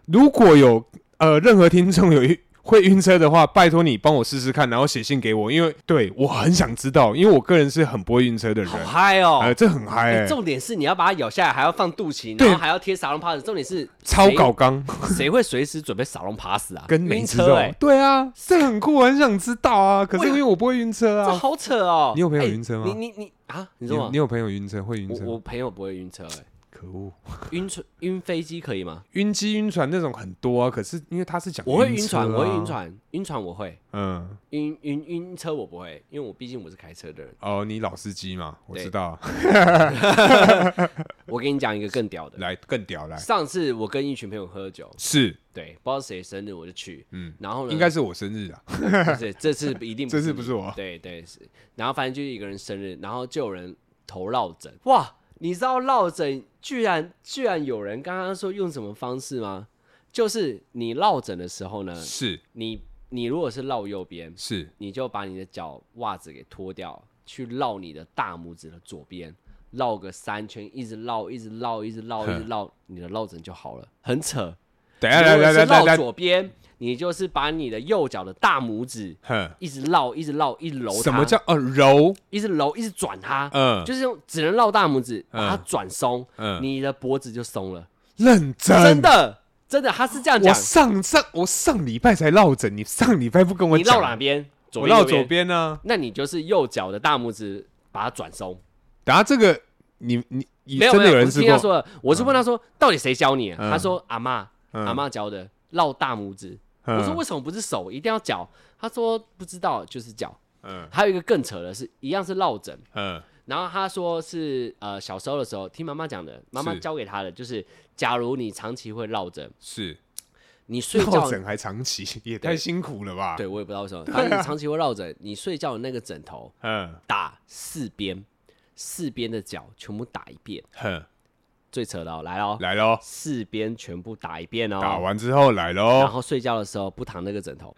[SPEAKER 1] 如果有呃任何听众有晕会晕车的话，拜托你帮我试试看，然后写信给我，因为对我很想知道，因为我个人是很不会晕车的人
[SPEAKER 2] 好，嗨哦、
[SPEAKER 1] 呃，这很嗨、
[SPEAKER 2] 哎
[SPEAKER 1] 欸，
[SPEAKER 2] 重点是你要把它咬下来，还要放肚脐，
[SPEAKER 1] 对
[SPEAKER 2] 然后还要贴沙龙 pass。重点是
[SPEAKER 1] 超
[SPEAKER 2] 谁
[SPEAKER 1] 搞，刚
[SPEAKER 2] 谁会随时准备沙龙 pass 啊？
[SPEAKER 1] 跟
[SPEAKER 2] 晕
[SPEAKER 1] 没吃
[SPEAKER 2] 车
[SPEAKER 1] 肉
[SPEAKER 2] 哎、，
[SPEAKER 1] 对啊，这很酷，我很想知道啊，可是因为我不会晕车
[SPEAKER 2] 这
[SPEAKER 1] 啊，
[SPEAKER 2] 好扯哦、
[SPEAKER 1] 你有朋友
[SPEAKER 2] 哎
[SPEAKER 1] 晕车吗
[SPEAKER 2] 你你你啊，你
[SPEAKER 1] 你
[SPEAKER 2] 说
[SPEAKER 1] 有
[SPEAKER 2] 吗
[SPEAKER 1] 你？有朋友晕车会晕车
[SPEAKER 2] 我，我朋友不会晕车哎、
[SPEAKER 1] 可恶，
[SPEAKER 2] 晕船晕飞机可以吗？
[SPEAKER 1] 晕机晕船那种很多啊，可是因为他是讲
[SPEAKER 2] 我会
[SPEAKER 1] 晕
[SPEAKER 2] 晕
[SPEAKER 1] 车啊
[SPEAKER 2] 船，我会晕，船，晕船我会，
[SPEAKER 1] 嗯。
[SPEAKER 2] 晕晕晕车我不会，因为我毕竟我是开车的人。
[SPEAKER 1] 哦，你老司机嘛，我
[SPEAKER 2] 对
[SPEAKER 1] 知道啊。
[SPEAKER 2] 我给你讲一个更屌的，
[SPEAKER 1] 来，更屌来，
[SPEAKER 2] 上次我跟一群朋友喝酒，
[SPEAKER 1] 是
[SPEAKER 2] 对，不知道谁生日我就去，
[SPEAKER 1] 嗯
[SPEAKER 2] 嗯，然后呢，
[SPEAKER 1] 应该是我生日啊，
[SPEAKER 2] 不是这次一定
[SPEAKER 1] 这次
[SPEAKER 2] 你
[SPEAKER 1] 不是我
[SPEAKER 2] 对对是，然后反正就是一个人生日，然后就有人头落枕，哇，你知道落枕居然居然有人刚刚说用什么方式吗？就是你落枕的时候呢，
[SPEAKER 1] 是
[SPEAKER 2] 你你如果是落右边，
[SPEAKER 1] 是，
[SPEAKER 2] 你就把你的脚袜子给脱掉，去绕你的大拇指的左边，绕个三圈，一直绕，一直绕，一直绕，一直绕，你的绕枕就好了，很扯。
[SPEAKER 1] 等一下
[SPEAKER 2] 如
[SPEAKER 1] 来
[SPEAKER 2] 果
[SPEAKER 1] 来
[SPEAKER 2] 是
[SPEAKER 1] 来来
[SPEAKER 2] 绕
[SPEAKER 1] 来，
[SPEAKER 2] 左边，你就是把你的右脚的大拇指
[SPEAKER 1] 哼，
[SPEAKER 2] 一直绕，一直绕，一直揉它，
[SPEAKER 1] 什么叫呃柔？
[SPEAKER 2] 一直揉，一直转它，
[SPEAKER 1] 嗯，
[SPEAKER 2] 就是用只能绕大拇指把它
[SPEAKER 1] 嗯
[SPEAKER 2] 转松，
[SPEAKER 1] 嗯
[SPEAKER 2] 你的脖子就松了，
[SPEAKER 1] 认真
[SPEAKER 2] 真。的真的，他是这样
[SPEAKER 1] 我
[SPEAKER 2] 讲。
[SPEAKER 1] 上上我上礼拜才落枕，你上礼拜不跟我
[SPEAKER 2] 你绕
[SPEAKER 1] 讲，
[SPEAKER 2] 哪边？左
[SPEAKER 1] 我
[SPEAKER 2] 边
[SPEAKER 1] 绕
[SPEAKER 2] 右边
[SPEAKER 1] 左边啊呢。
[SPEAKER 2] 那你就是右脚的大拇指把它转松。
[SPEAKER 1] 等下这个你你你
[SPEAKER 2] 没有
[SPEAKER 1] 真的
[SPEAKER 2] 没有，
[SPEAKER 1] 人
[SPEAKER 2] 不是
[SPEAKER 1] 试
[SPEAKER 2] 听他
[SPEAKER 1] 过？
[SPEAKER 2] 说的，我是问他说到底谁教你啊？
[SPEAKER 1] 嗯
[SPEAKER 2] 他说阿嬷，
[SPEAKER 1] 嗯
[SPEAKER 2] 阿嬷教的，绕大拇指。
[SPEAKER 1] 嗯
[SPEAKER 2] 我说为什么不是手，一定要脚？他说不知道，就是脚。
[SPEAKER 1] 嗯
[SPEAKER 2] 还有一个更扯的是，一样是落枕，
[SPEAKER 1] 嗯
[SPEAKER 2] 然后他说是呃小时候的时候听妈妈讲的，妈妈
[SPEAKER 1] 是
[SPEAKER 2] 教给他的就是，假如你长期会落枕，
[SPEAKER 1] 是
[SPEAKER 2] 你睡觉
[SPEAKER 1] 落枕还长期，也太辛苦了吧？
[SPEAKER 2] 对我也不知道为什么，反正你长期会落枕，你睡觉的那个枕头
[SPEAKER 1] 嗯
[SPEAKER 2] 打四边，四边的脚全部打一遍，
[SPEAKER 1] 哼，
[SPEAKER 2] 最扯的哦，来哦，
[SPEAKER 1] 来喽，
[SPEAKER 2] 四边全部打一遍哦，
[SPEAKER 1] 打完之后来
[SPEAKER 2] 然
[SPEAKER 1] 喽，
[SPEAKER 2] 后睡觉的时候不躺那个枕头，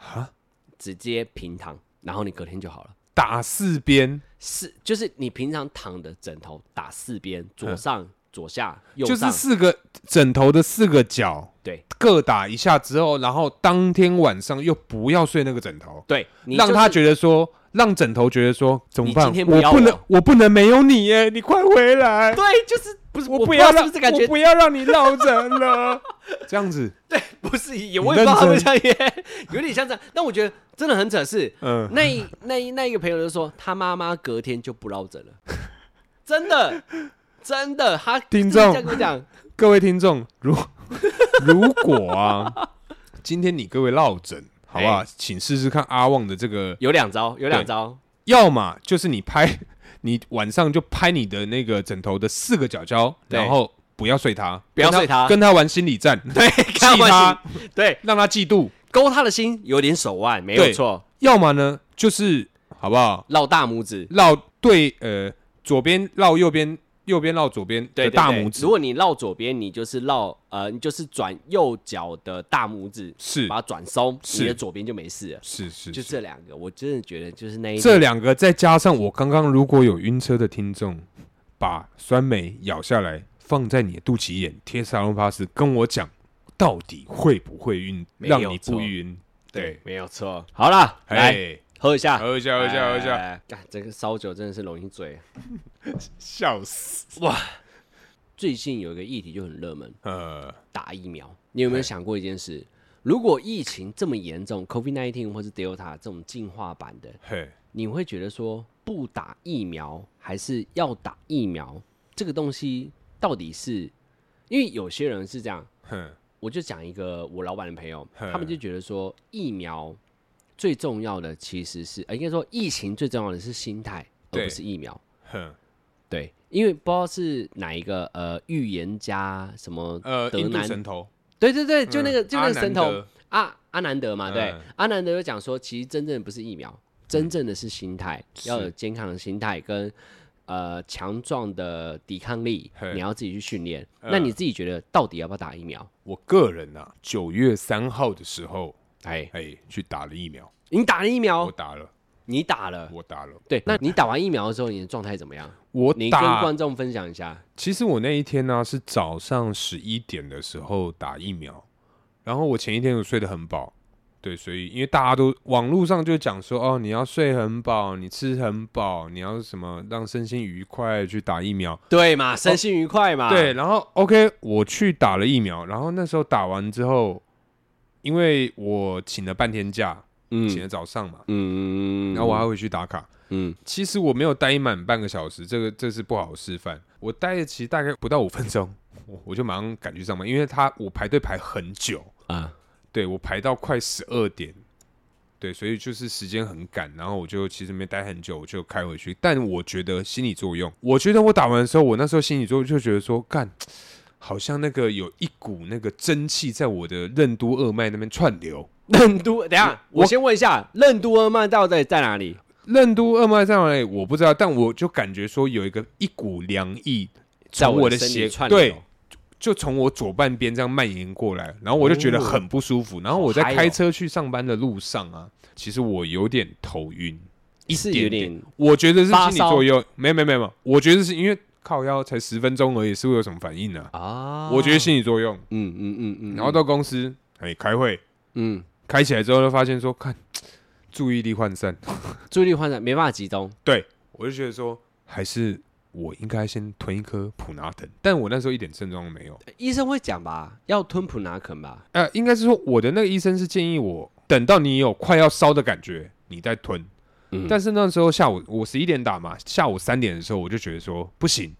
[SPEAKER 2] 直接平躺，然后你隔天就好了。
[SPEAKER 1] 打四边，
[SPEAKER 2] 是，就是你平常躺的枕头打四边，左
[SPEAKER 1] 嗯
[SPEAKER 2] 上、左下、右
[SPEAKER 1] 就是
[SPEAKER 2] 上，
[SPEAKER 1] 四个枕头的四个角
[SPEAKER 2] 对
[SPEAKER 1] 各打一下之后，然后当天晚上又不要睡那个枕头，
[SPEAKER 2] 对，你
[SPEAKER 1] 让他
[SPEAKER 2] 就是
[SPEAKER 1] 觉得说，让枕头觉得说怎么办？
[SPEAKER 2] 你今天不
[SPEAKER 1] 我
[SPEAKER 2] 要
[SPEAKER 1] 不
[SPEAKER 2] 我
[SPEAKER 1] 能，我不能没有你耶！你快回来，
[SPEAKER 2] 对，就是不是
[SPEAKER 1] 我
[SPEAKER 2] 不
[SPEAKER 1] 不
[SPEAKER 2] 知
[SPEAKER 1] 要
[SPEAKER 2] 道是
[SPEAKER 1] 让，
[SPEAKER 2] 不是感
[SPEAKER 1] 我
[SPEAKER 2] 觉
[SPEAKER 1] 不要让你落枕了， 这样子，
[SPEAKER 2] 不是，也我也不知道他
[SPEAKER 1] 认
[SPEAKER 2] 们
[SPEAKER 1] 真
[SPEAKER 2] 像也有点像这样，但我觉得真的很扯是，
[SPEAKER 1] 嗯，
[SPEAKER 2] 那一那一那一个朋友就说他妈妈隔天就不落枕了， 真的真的，他
[SPEAKER 1] 听
[SPEAKER 2] 就是这
[SPEAKER 1] 众
[SPEAKER 2] 样跟我讲，
[SPEAKER 1] 各位听众， 如如果啊，今天你各位落枕，好不
[SPEAKER 2] 哎
[SPEAKER 1] 好？请试试看阿旺的这个
[SPEAKER 2] 有两招，有
[SPEAKER 1] 对
[SPEAKER 2] 两招，
[SPEAKER 1] 要么就是你拍， 你晚上就拍你的那个枕头的四个角角，
[SPEAKER 2] 对
[SPEAKER 1] 然后不要睡它，
[SPEAKER 2] 不要
[SPEAKER 1] 跟它
[SPEAKER 2] 睡它
[SPEAKER 1] 跟他玩心理战，
[SPEAKER 2] 对，看外
[SPEAKER 1] 他
[SPEAKER 2] 形， 对，
[SPEAKER 1] 让他嫉妒。
[SPEAKER 2] 勾他的心，有点手腕，没
[SPEAKER 1] 对
[SPEAKER 2] 有错，
[SPEAKER 1] 要么呢，就是好不好，
[SPEAKER 2] 绕大拇指。
[SPEAKER 1] 绕对呃左边绕右边，右边绕左边
[SPEAKER 2] 对
[SPEAKER 1] 的
[SPEAKER 2] 对
[SPEAKER 1] 大
[SPEAKER 2] 对
[SPEAKER 1] 拇指
[SPEAKER 2] 如果你绕左边，你就是绕呃，你就是转右脚的大拇指，
[SPEAKER 1] 是
[SPEAKER 2] 把它转松，
[SPEAKER 1] 是
[SPEAKER 2] 你的左边就没事了。
[SPEAKER 1] 是是，
[SPEAKER 2] 就是这两个，我真的觉得就是那一
[SPEAKER 1] 这两个再加上我刚刚如果有晕车的听众，把酸梅咬下来放在你的肚脐眼贴沙龙巴斯，跟我讲到底会不会晕，
[SPEAKER 2] 没有
[SPEAKER 1] 让你不
[SPEAKER 2] 错
[SPEAKER 1] 晕。对
[SPEAKER 2] 对，，没有错。好啦，来
[SPEAKER 1] 哎，
[SPEAKER 2] 喝一下，
[SPEAKER 1] 喝一下，喝一下，喝一下，
[SPEAKER 2] 哎。干，这个烧酒真的是容易醉。
[SPEAKER 1] 笑死。
[SPEAKER 2] 最近有一个议题就很热门，
[SPEAKER 1] 呃，
[SPEAKER 2] 打疫苗。你有没有想过一件事？如果疫情这么严重，COVID-19 或是 Delta 这种进化版的，
[SPEAKER 1] 嘿，
[SPEAKER 2] 你会觉得说不打疫苗还是要打疫苗？这个东西到底是因为有些人是这样，
[SPEAKER 1] 哼，
[SPEAKER 2] 我就讲一个我老板的朋友，
[SPEAKER 1] 嗯
[SPEAKER 2] 他们就觉得说疫苗最重要的其实是，呃，应该说疫情最重要的是心态，而
[SPEAKER 1] 对
[SPEAKER 2] 不是疫苗。
[SPEAKER 1] 哼，
[SPEAKER 2] 对，因为不知道是哪一个呃预言家什么
[SPEAKER 1] 呃，
[SPEAKER 2] 德
[SPEAKER 1] 印度
[SPEAKER 2] 南，
[SPEAKER 1] 神头，
[SPEAKER 2] 对对对，就那个、
[SPEAKER 1] 嗯
[SPEAKER 2] 就那个神，
[SPEAKER 1] 阿
[SPEAKER 2] 童
[SPEAKER 1] 南
[SPEAKER 2] 阿阿南德嘛，对，
[SPEAKER 1] 嗯
[SPEAKER 2] 阿南德有讲说，其实真正的不是疫苗，真正的是心态，要有健康的心态跟呃强壮的抵抗力
[SPEAKER 1] 嘿，
[SPEAKER 2] 你要自己去训练。
[SPEAKER 1] 嗯
[SPEAKER 2] 那你自己觉得到底要不要打疫苗？
[SPEAKER 1] 我个人啊，九月三号的时候，
[SPEAKER 2] 哎，
[SPEAKER 1] 哎，去打了疫苗，
[SPEAKER 2] 你打了疫
[SPEAKER 1] 我
[SPEAKER 2] 苗，
[SPEAKER 1] 打了，
[SPEAKER 2] 你打了，
[SPEAKER 1] 我打了，
[SPEAKER 2] 对，那你打完疫苗的时候，你的状态怎么样？
[SPEAKER 1] 我
[SPEAKER 2] 你跟
[SPEAKER 1] 打。
[SPEAKER 2] 观众分享一下。
[SPEAKER 1] 其实我那一天呢、是早上十一点的时候打疫苗，然后我前一天有睡得很饱，对，所以因为大家都网络上就讲说，哦，你要睡很饱，你吃很饱，你要什么让身心愉快去打疫苗，
[SPEAKER 2] 对嘛，身心愉快嘛。
[SPEAKER 1] 对，，然后 OK，我去打了疫苗，然后那时候打完之后，因为我请了半天假，请
[SPEAKER 2] 嗯
[SPEAKER 1] 了早上嘛，
[SPEAKER 2] 嗯，
[SPEAKER 1] 然后我还回去打卡。
[SPEAKER 2] 嗯
[SPEAKER 1] 其实我没有待满半个小时，这个这是不好示范。我待了其实大概不到五分钟，我我就马上赶去上班，因为他我排队排很久，
[SPEAKER 2] 啊，
[SPEAKER 1] 对我排到快十二点，对，所以就是时间很赶，然后我就其实没待很久，我就开回去。但我觉得心理作用，我觉得我打完的时候，我那时候心理作用就觉得说，干，好像那个有一股那个蒸汽在我的任督二脉那边串流。
[SPEAKER 2] 任督，等一下，
[SPEAKER 1] 我
[SPEAKER 2] 我先问一下，任督二脉到底在哪里？
[SPEAKER 1] 任督二脉在哪里？我不知道，但我就感觉说有一个一股凉意
[SPEAKER 2] 在
[SPEAKER 1] 从我
[SPEAKER 2] 的
[SPEAKER 1] 的
[SPEAKER 2] 身体
[SPEAKER 1] 鞋
[SPEAKER 2] 串流
[SPEAKER 1] 对，就从我左半边这样蔓延过来，然后我就觉得很不舒服。然后我在
[SPEAKER 2] 好嗨哦
[SPEAKER 1] 开车去上班的路上啊，其实我有点头晕，一
[SPEAKER 2] 是
[SPEAKER 1] 点
[SPEAKER 2] 有
[SPEAKER 1] 点
[SPEAKER 2] 点
[SPEAKER 1] 我觉得是心
[SPEAKER 2] 发
[SPEAKER 1] 理
[SPEAKER 2] 烧
[SPEAKER 1] 作用，没有没有没有没有，我觉得是因为靠腰才十分钟而已，是会有什么反应呢、
[SPEAKER 2] 啊
[SPEAKER 1] 我觉得，心理作用，
[SPEAKER 2] 嗯嗯嗯嗯，
[SPEAKER 1] 然后到公司哎、开会，
[SPEAKER 2] 嗯，
[SPEAKER 1] 开起来之后就发现说，看注意力涣散，
[SPEAKER 2] 注意力涣散，没办法集中。
[SPEAKER 1] 对我就觉得说，还是我应该先吞一颗普拿疼，哎但我那时候一点症状都没有。
[SPEAKER 2] 医生会讲吧，要吞普拿肯吧？
[SPEAKER 1] 呃，应该是说我的那个医生是建议我等到你有快要烧的感觉，你再吞。
[SPEAKER 2] 嗯
[SPEAKER 1] 但是那时候下午我十一点打嘛，下午三点的时候我就觉得说不行，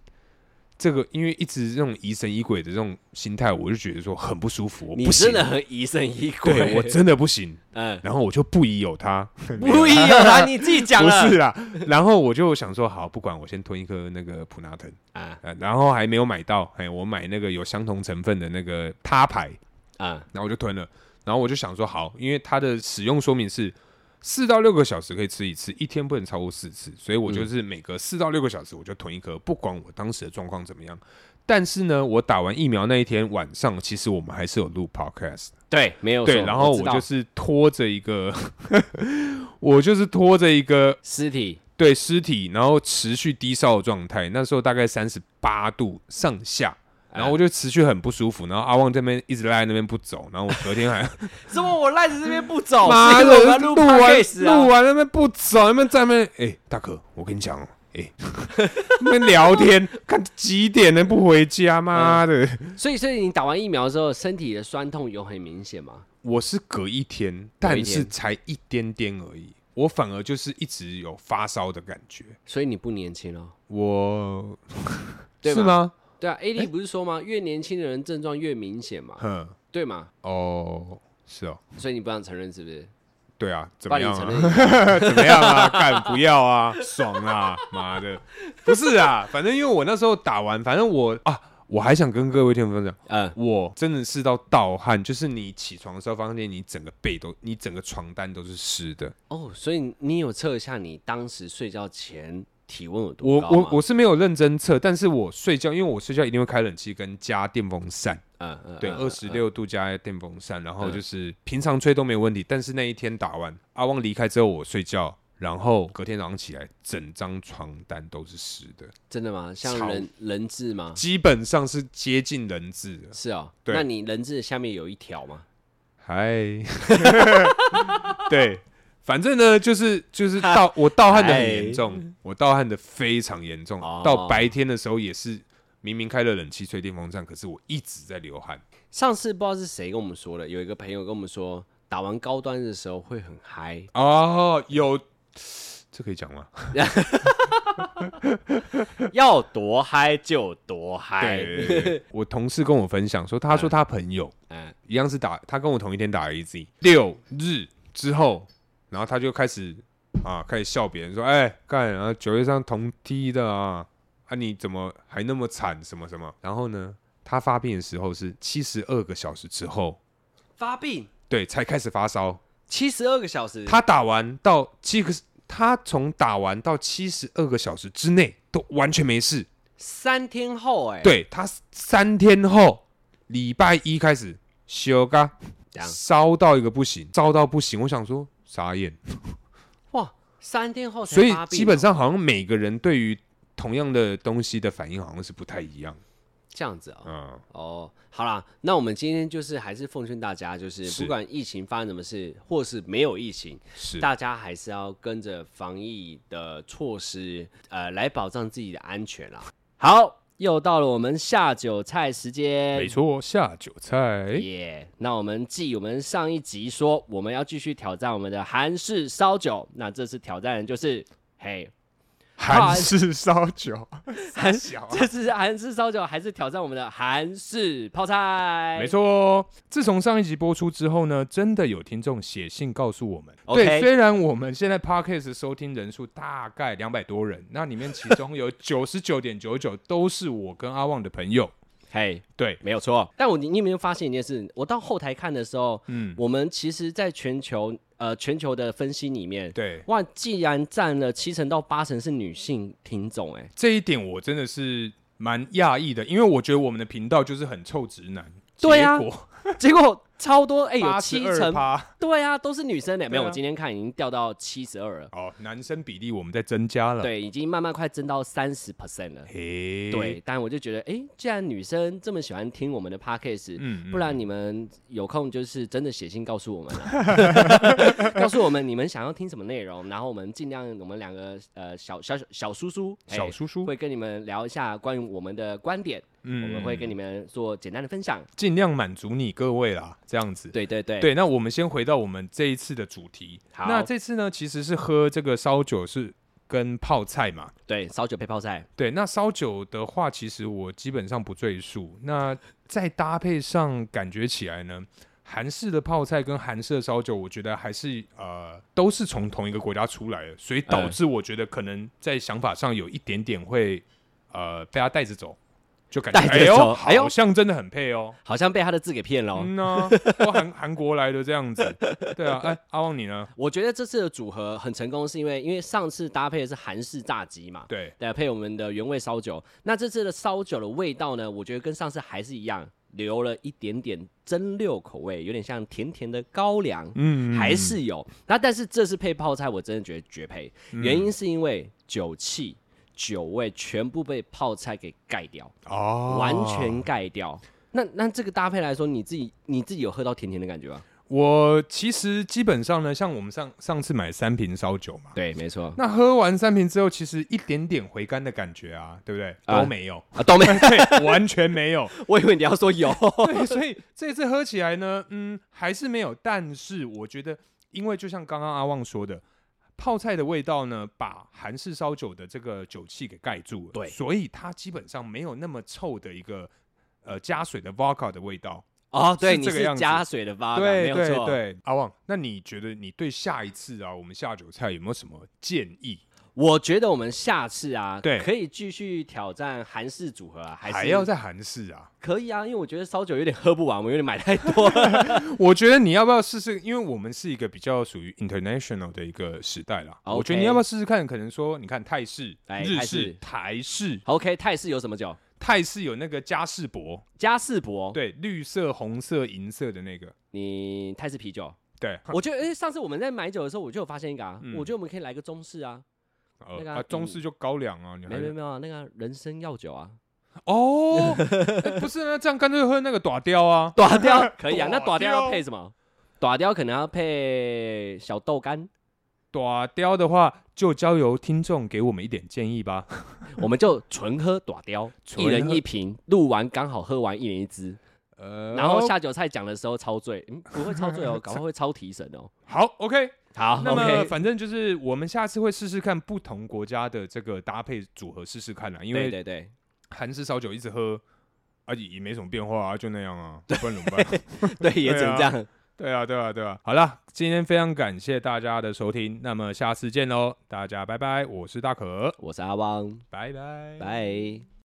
[SPEAKER 1] 这个因为一直这种疑神疑鬼的这种心态，我就觉得说很不舒服，我
[SPEAKER 2] 你
[SPEAKER 1] 不行
[SPEAKER 2] 真的很疑神疑鬼，
[SPEAKER 1] 对我真的不行，
[SPEAKER 2] 嗯，
[SPEAKER 1] 然后我就不疑有他，
[SPEAKER 2] 不一样啊，你自己讲
[SPEAKER 1] 不
[SPEAKER 2] 了
[SPEAKER 1] 是啦，然后我就想说好，不管我先吞一颗那个普拿疼，
[SPEAKER 2] 啊
[SPEAKER 1] 呃，然后还没有买到，哎，我买那个有相同成分的那个他牌，
[SPEAKER 2] 啊，
[SPEAKER 1] 然后我就吞了，然后我就想说好，因为它的使用说明是四到六个小时可以吃一次，一天不能超过四次，所以我就是每隔四到六个小时我就吞一颗，不管我当时的状况怎么样。但是呢，我打完疫苗那一天晚上，其实我们还是有录 podcast，
[SPEAKER 2] 对，没有错
[SPEAKER 1] 对，然后
[SPEAKER 2] 哦知
[SPEAKER 1] 我
[SPEAKER 2] 道
[SPEAKER 1] 就是拖着一个， 我就是拖着一个
[SPEAKER 2] 尸体
[SPEAKER 1] 对尸体，然后持续低烧的状态，那时候大概三十八度上下。然后我就持续很不舒服，然后阿旺这边一直赖在那边不走，然后我隔天 还
[SPEAKER 2] 怎么我赖着这边不走？
[SPEAKER 1] 妈
[SPEAKER 2] 是因
[SPEAKER 1] 的
[SPEAKER 2] 为我们要，录
[SPEAKER 1] 完
[SPEAKER 2] podcast
[SPEAKER 1] 录
[SPEAKER 2] 啊，
[SPEAKER 1] 完那边不走，那边在那边，哎、大哥，我跟你讲哦，哎、那边聊天，看几点了不回家，妈的！
[SPEAKER 2] 所以所以你打完疫苗之后，身体的酸痛有很明显吗？
[SPEAKER 1] 我是隔一天，但是才一点点而已，我反而就是一直有发烧的感觉，
[SPEAKER 2] 所以你不年轻了。
[SPEAKER 1] 我
[SPEAKER 2] 对
[SPEAKER 1] 是
[SPEAKER 2] 吧
[SPEAKER 1] 吗？
[SPEAKER 2] 对啊，A D 不是说吗？越年轻的人症状越明显嘛，
[SPEAKER 1] 哼，
[SPEAKER 2] 对嘛？
[SPEAKER 1] 哦，是哦，
[SPEAKER 2] 所以你不想承认是不是？
[SPEAKER 1] 对啊，怎
[SPEAKER 2] 把
[SPEAKER 1] 么
[SPEAKER 2] 你
[SPEAKER 1] 样、
[SPEAKER 2] 承
[SPEAKER 1] 啊？
[SPEAKER 2] 认
[SPEAKER 1] 怎么样啊？ 干不要啊，爽啊，妈的，不是啊， 反正因为我那时候打完，反正我啊，我还想跟各位听众分享。
[SPEAKER 2] 嗯
[SPEAKER 1] 我真的是到盗汗，就是你起床的时候发现你整个被都，你整个床单都是湿的。
[SPEAKER 2] 哦，所以你有测一下你当时睡觉前体温有
[SPEAKER 1] 我
[SPEAKER 2] 多高
[SPEAKER 1] 我
[SPEAKER 2] 我
[SPEAKER 1] 我是没有认真测，但是我睡觉，因为我睡觉一定会开冷气跟加电风扇，
[SPEAKER 2] 嗯嗯
[SPEAKER 1] 对，
[SPEAKER 2] 嗯
[SPEAKER 1] 二十六度加电风扇，然后就是平常吹都没问题，但是那一天打完阿旺离开之后，我睡觉，然后隔天早上起来，整张床单都是湿的，
[SPEAKER 2] 真的吗？像
[SPEAKER 1] 超
[SPEAKER 2] 人人质吗？
[SPEAKER 1] 基本上是接近人质的。
[SPEAKER 2] 是哦，
[SPEAKER 1] 对
[SPEAKER 2] 那你人质下面有一条吗？
[SPEAKER 1] 嗨， 对，反正呢，就是就是盗我盗汗的很严重，我盗汗的非常严重，
[SPEAKER 2] 哦
[SPEAKER 1] 到白天的时候也是，明明开了冷气吹电风扇，可是我一直在流汗。
[SPEAKER 2] 上次不知道是谁跟我们说的，有一个朋友跟我们说，打完高端的时候会很嗨，
[SPEAKER 1] 哦，有这可以讲吗？
[SPEAKER 2] 要多嗨就多嗨。
[SPEAKER 1] 对对对，我同事跟我分享说，他说他朋友
[SPEAKER 2] 嗯，
[SPEAKER 1] 一样是打，他跟我同一天打 A Z 六日之后，然后他就开始啊，开始笑别人说，哎、干，然后九月上同梯的啊，啊你怎么还那么惨什么什么？然后呢，他发病的时候是七十二个小时之后，
[SPEAKER 2] 发病
[SPEAKER 1] 对，才开始发烧。
[SPEAKER 2] 七十二个小时，
[SPEAKER 1] 他打完到七个，他从打完到七十二个小时之内都完全没事。
[SPEAKER 2] 三天后哎、，
[SPEAKER 1] 对他三天后，礼拜一开始修嘎
[SPEAKER 2] 这样
[SPEAKER 1] 烧到一个不行，烧到不行。我想说傻眼，
[SPEAKER 2] 哇，三天后才
[SPEAKER 1] 所以
[SPEAKER 2] 发病
[SPEAKER 1] 基本
[SPEAKER 2] 哦
[SPEAKER 1] 上好像每个人对于同样的东西的反应好像是不太一样。
[SPEAKER 2] 这样子哦。
[SPEAKER 1] 嗯，
[SPEAKER 2] 哦，好啦，那我们今天就是还是奉劝大家，就是
[SPEAKER 1] 是
[SPEAKER 2] 不管疫情发生什么事，或是没有疫情，
[SPEAKER 1] 是
[SPEAKER 2] 大家还是要跟着防疫的措施，呃，来保障自己的安全啦。好，又到了我们下酒菜时间，
[SPEAKER 1] 没错。下酒菜
[SPEAKER 2] 耶那我们继我们上一集说，我们要继续挑战我们的韩式烧酒，那这次挑战的就是嘿，
[SPEAKER 1] 韩式烧酒，
[SPEAKER 2] 韩
[SPEAKER 1] 小啊
[SPEAKER 2] 这次是韩式烧酒还是挑战我们的韩式泡菜？
[SPEAKER 1] 没。错哦。自从上一集播出之后呢，真的有听众写信告诉我们
[SPEAKER 2] OK
[SPEAKER 1] 对，虽然我们现在 podcast 收听人数大概两百多人，那里面其中有九十九点九九都是我跟阿旺的朋友。
[SPEAKER 2] 嘿、
[SPEAKER 1] 对，
[SPEAKER 2] 没有错。但我你你有没有发现一件事？我到后台看的时候，
[SPEAKER 1] 嗯，
[SPEAKER 2] 我们其实在全球呃全球的分析里面，
[SPEAKER 1] 对，
[SPEAKER 2] 哇，既然占了七成到八成是女性听众，哎，
[SPEAKER 1] 这一点我真的是蛮讶异的，因为我觉得我们的频道就是很臭直男。
[SPEAKER 2] 对啊结果超多哎、
[SPEAKER 1] 结
[SPEAKER 2] 有
[SPEAKER 1] 果
[SPEAKER 2] 七
[SPEAKER 1] 82%
[SPEAKER 2] 成，
[SPEAKER 1] 趴
[SPEAKER 2] 对啊，都是女生的、没有，
[SPEAKER 1] 对啊
[SPEAKER 2] 我今天看已经掉到七十二了，
[SPEAKER 1] 哦，男生比例我们在增加了。，
[SPEAKER 2] 对，已经慢慢快增到三十 percent 了。
[SPEAKER 1] 嘿，
[SPEAKER 2] 对，，但我就觉得，哎、既然女生这么喜欢听我们的 podcast，、
[SPEAKER 1] 嗯，
[SPEAKER 2] 不然你们有空就是真的写信告诉我们、啊， 告诉我们你们想要听什么内容，然后我们尽量我们两个呃小小小小叔叔哎
[SPEAKER 1] 小叔叔，
[SPEAKER 2] 会跟你们聊一下关于我们的观点，
[SPEAKER 1] 嗯
[SPEAKER 2] 我们会跟你们做简单的分享。
[SPEAKER 1] 尽量满足你各位啦，这样子。
[SPEAKER 2] 对对对，
[SPEAKER 1] 对，那我们先回到我们这一次的主题。
[SPEAKER 2] 好
[SPEAKER 1] 那这次呢，其实是喝这个烧酒是跟泡菜嘛。
[SPEAKER 2] 对烧酒配泡菜，
[SPEAKER 1] 对，那烧酒的话，其实我基本上不赘述。那再搭配上，感觉起来呢，韩式的泡菜跟韩式的烧酒，我觉得还是呃都是从同一个国家出来的，所以导
[SPEAKER 2] 嗯
[SPEAKER 1] 致我觉得可能在想法上有一点点会呃被他带着走，就感觉
[SPEAKER 2] 带着
[SPEAKER 1] 哎呦，
[SPEAKER 2] 走哎呦
[SPEAKER 1] 好像真的很配哦。
[SPEAKER 2] 好像被他的字给骗了哦。
[SPEAKER 1] 嗯呐、都韩韩国来的这样子，对啊，哎，阿旺你呢？
[SPEAKER 2] 我觉得这次的组合很成功，是因为因为上次搭配的是韩式炸鸡嘛，
[SPEAKER 1] 对，
[SPEAKER 2] 来配我们的原味烧酒。那这次的烧酒的味道呢，我觉得跟上次还是一样，留了一点点蒸馏口味，有点像甜甜的高粱，
[SPEAKER 1] 嗯
[SPEAKER 2] 还是有。那但是这次配泡菜，我真的觉得绝配，
[SPEAKER 1] 嗯
[SPEAKER 2] 原因是因为酒气。酒味全部被泡菜给盖掉，
[SPEAKER 1] 哦，
[SPEAKER 2] 完全盖掉。那那这个搭配来说，你自己你自己有喝到甜甜的感觉吗？
[SPEAKER 1] 我其实基本上呢，像我们上上次买三瓶烧酒嘛，
[SPEAKER 2] 对，没错
[SPEAKER 1] 那喝完三瓶之后，其实一点点回甘的感觉啊，对不对？
[SPEAKER 2] 啊
[SPEAKER 1] 都没有，
[SPEAKER 2] 啊，都没，
[SPEAKER 1] 对，完全没有。
[SPEAKER 2] 我以为你要 说有。
[SPEAKER 1] 对，所以这次喝起来呢，嗯，还是没有。但是我觉得，因为就像刚刚阿旺说的，泡菜的味道呢，把韩式烧酒的这个酒气给盖住了，
[SPEAKER 2] 对
[SPEAKER 1] 所以它基本上没有那么臭的一个呃加水的 vodka 的味道。
[SPEAKER 2] 哦，对，
[SPEAKER 1] 是
[SPEAKER 2] 你
[SPEAKER 1] 这个
[SPEAKER 2] 是
[SPEAKER 1] 样子
[SPEAKER 2] 加水的吧？啊没
[SPEAKER 1] 对
[SPEAKER 2] 有
[SPEAKER 1] 对
[SPEAKER 2] 错。
[SPEAKER 1] 对，阿旺，那你觉得你对下一次啊，我们下酒菜有没有什么建议？
[SPEAKER 2] 我觉得我们下次啊，
[SPEAKER 1] 对
[SPEAKER 2] 可以继续挑战韩式组合啊，还
[SPEAKER 1] 还
[SPEAKER 2] 是
[SPEAKER 1] 要再韩式啊？
[SPEAKER 2] 可以啊，因为我觉得烧酒有点喝不完，我有点买太 多了。
[SPEAKER 1] 我觉得你要不要试试？因为我们是一个比较属于 international 的一个时代啦。
[SPEAKER 2] OK
[SPEAKER 1] 我觉得你要不要试试看？可能说，你看泰式、
[SPEAKER 2] 哎
[SPEAKER 1] 日式
[SPEAKER 2] 泰式、
[SPEAKER 1] 台式，
[SPEAKER 2] OK，泰式有什么酒？
[SPEAKER 1] 泰式有那个嘉士伯，
[SPEAKER 2] 嘉士伯，
[SPEAKER 1] 对，绿色、红色、银色的那个，
[SPEAKER 2] 你泰式啤酒。
[SPEAKER 1] 对，
[SPEAKER 2] 我觉得，哎，上次我们在买酒的时候，我就有发现一个啊，
[SPEAKER 1] 嗯
[SPEAKER 2] 我觉得我们可以来个中式啊，
[SPEAKER 1] 呃
[SPEAKER 2] 那个啊
[SPEAKER 1] 啊中式就高粱啊，你还
[SPEAKER 2] 没有没有没有啊，那个人参药酒啊，
[SPEAKER 1] 哦，哎不是那这样干脆喝那个短雕啊，
[SPEAKER 2] 短雕可 以啊，那
[SPEAKER 1] 短
[SPEAKER 2] 短
[SPEAKER 1] 雕
[SPEAKER 2] 雕要配什么？短雕可能要配小豆干，
[SPEAKER 1] 短雕的话就交由听众给我们一点建议吧。
[SPEAKER 2] 我们就纯喝短雕，
[SPEAKER 1] 纯
[SPEAKER 2] 一
[SPEAKER 1] 喝
[SPEAKER 2] 人一瓶，录完刚好喝完，一人一支。
[SPEAKER 1] 呃
[SPEAKER 2] 然后下酒菜讲的时候超醉， 嗯，不会超醉哦，搞不好会超提神哦。
[SPEAKER 1] 好，OK，
[SPEAKER 2] 好
[SPEAKER 1] 那么
[SPEAKER 2] 啊，OK，
[SPEAKER 1] 反正就是我们下次会试试看不同国家的这个搭配组合试试看啦，因
[SPEAKER 2] 对
[SPEAKER 1] 为
[SPEAKER 2] 对对，
[SPEAKER 1] 韩式烧酒一直喝，而且也没什么变化啊，就那样 啊， 不然怎么办？
[SPEAKER 2] 对也只能这样，
[SPEAKER 1] 对啊，对啊，对啊。好啦，今天非常感谢大家的收听，那么下次见喽，大家拜拜，我是大可，
[SPEAKER 2] 我是阿汪，
[SPEAKER 1] 拜拜，
[SPEAKER 2] 拜。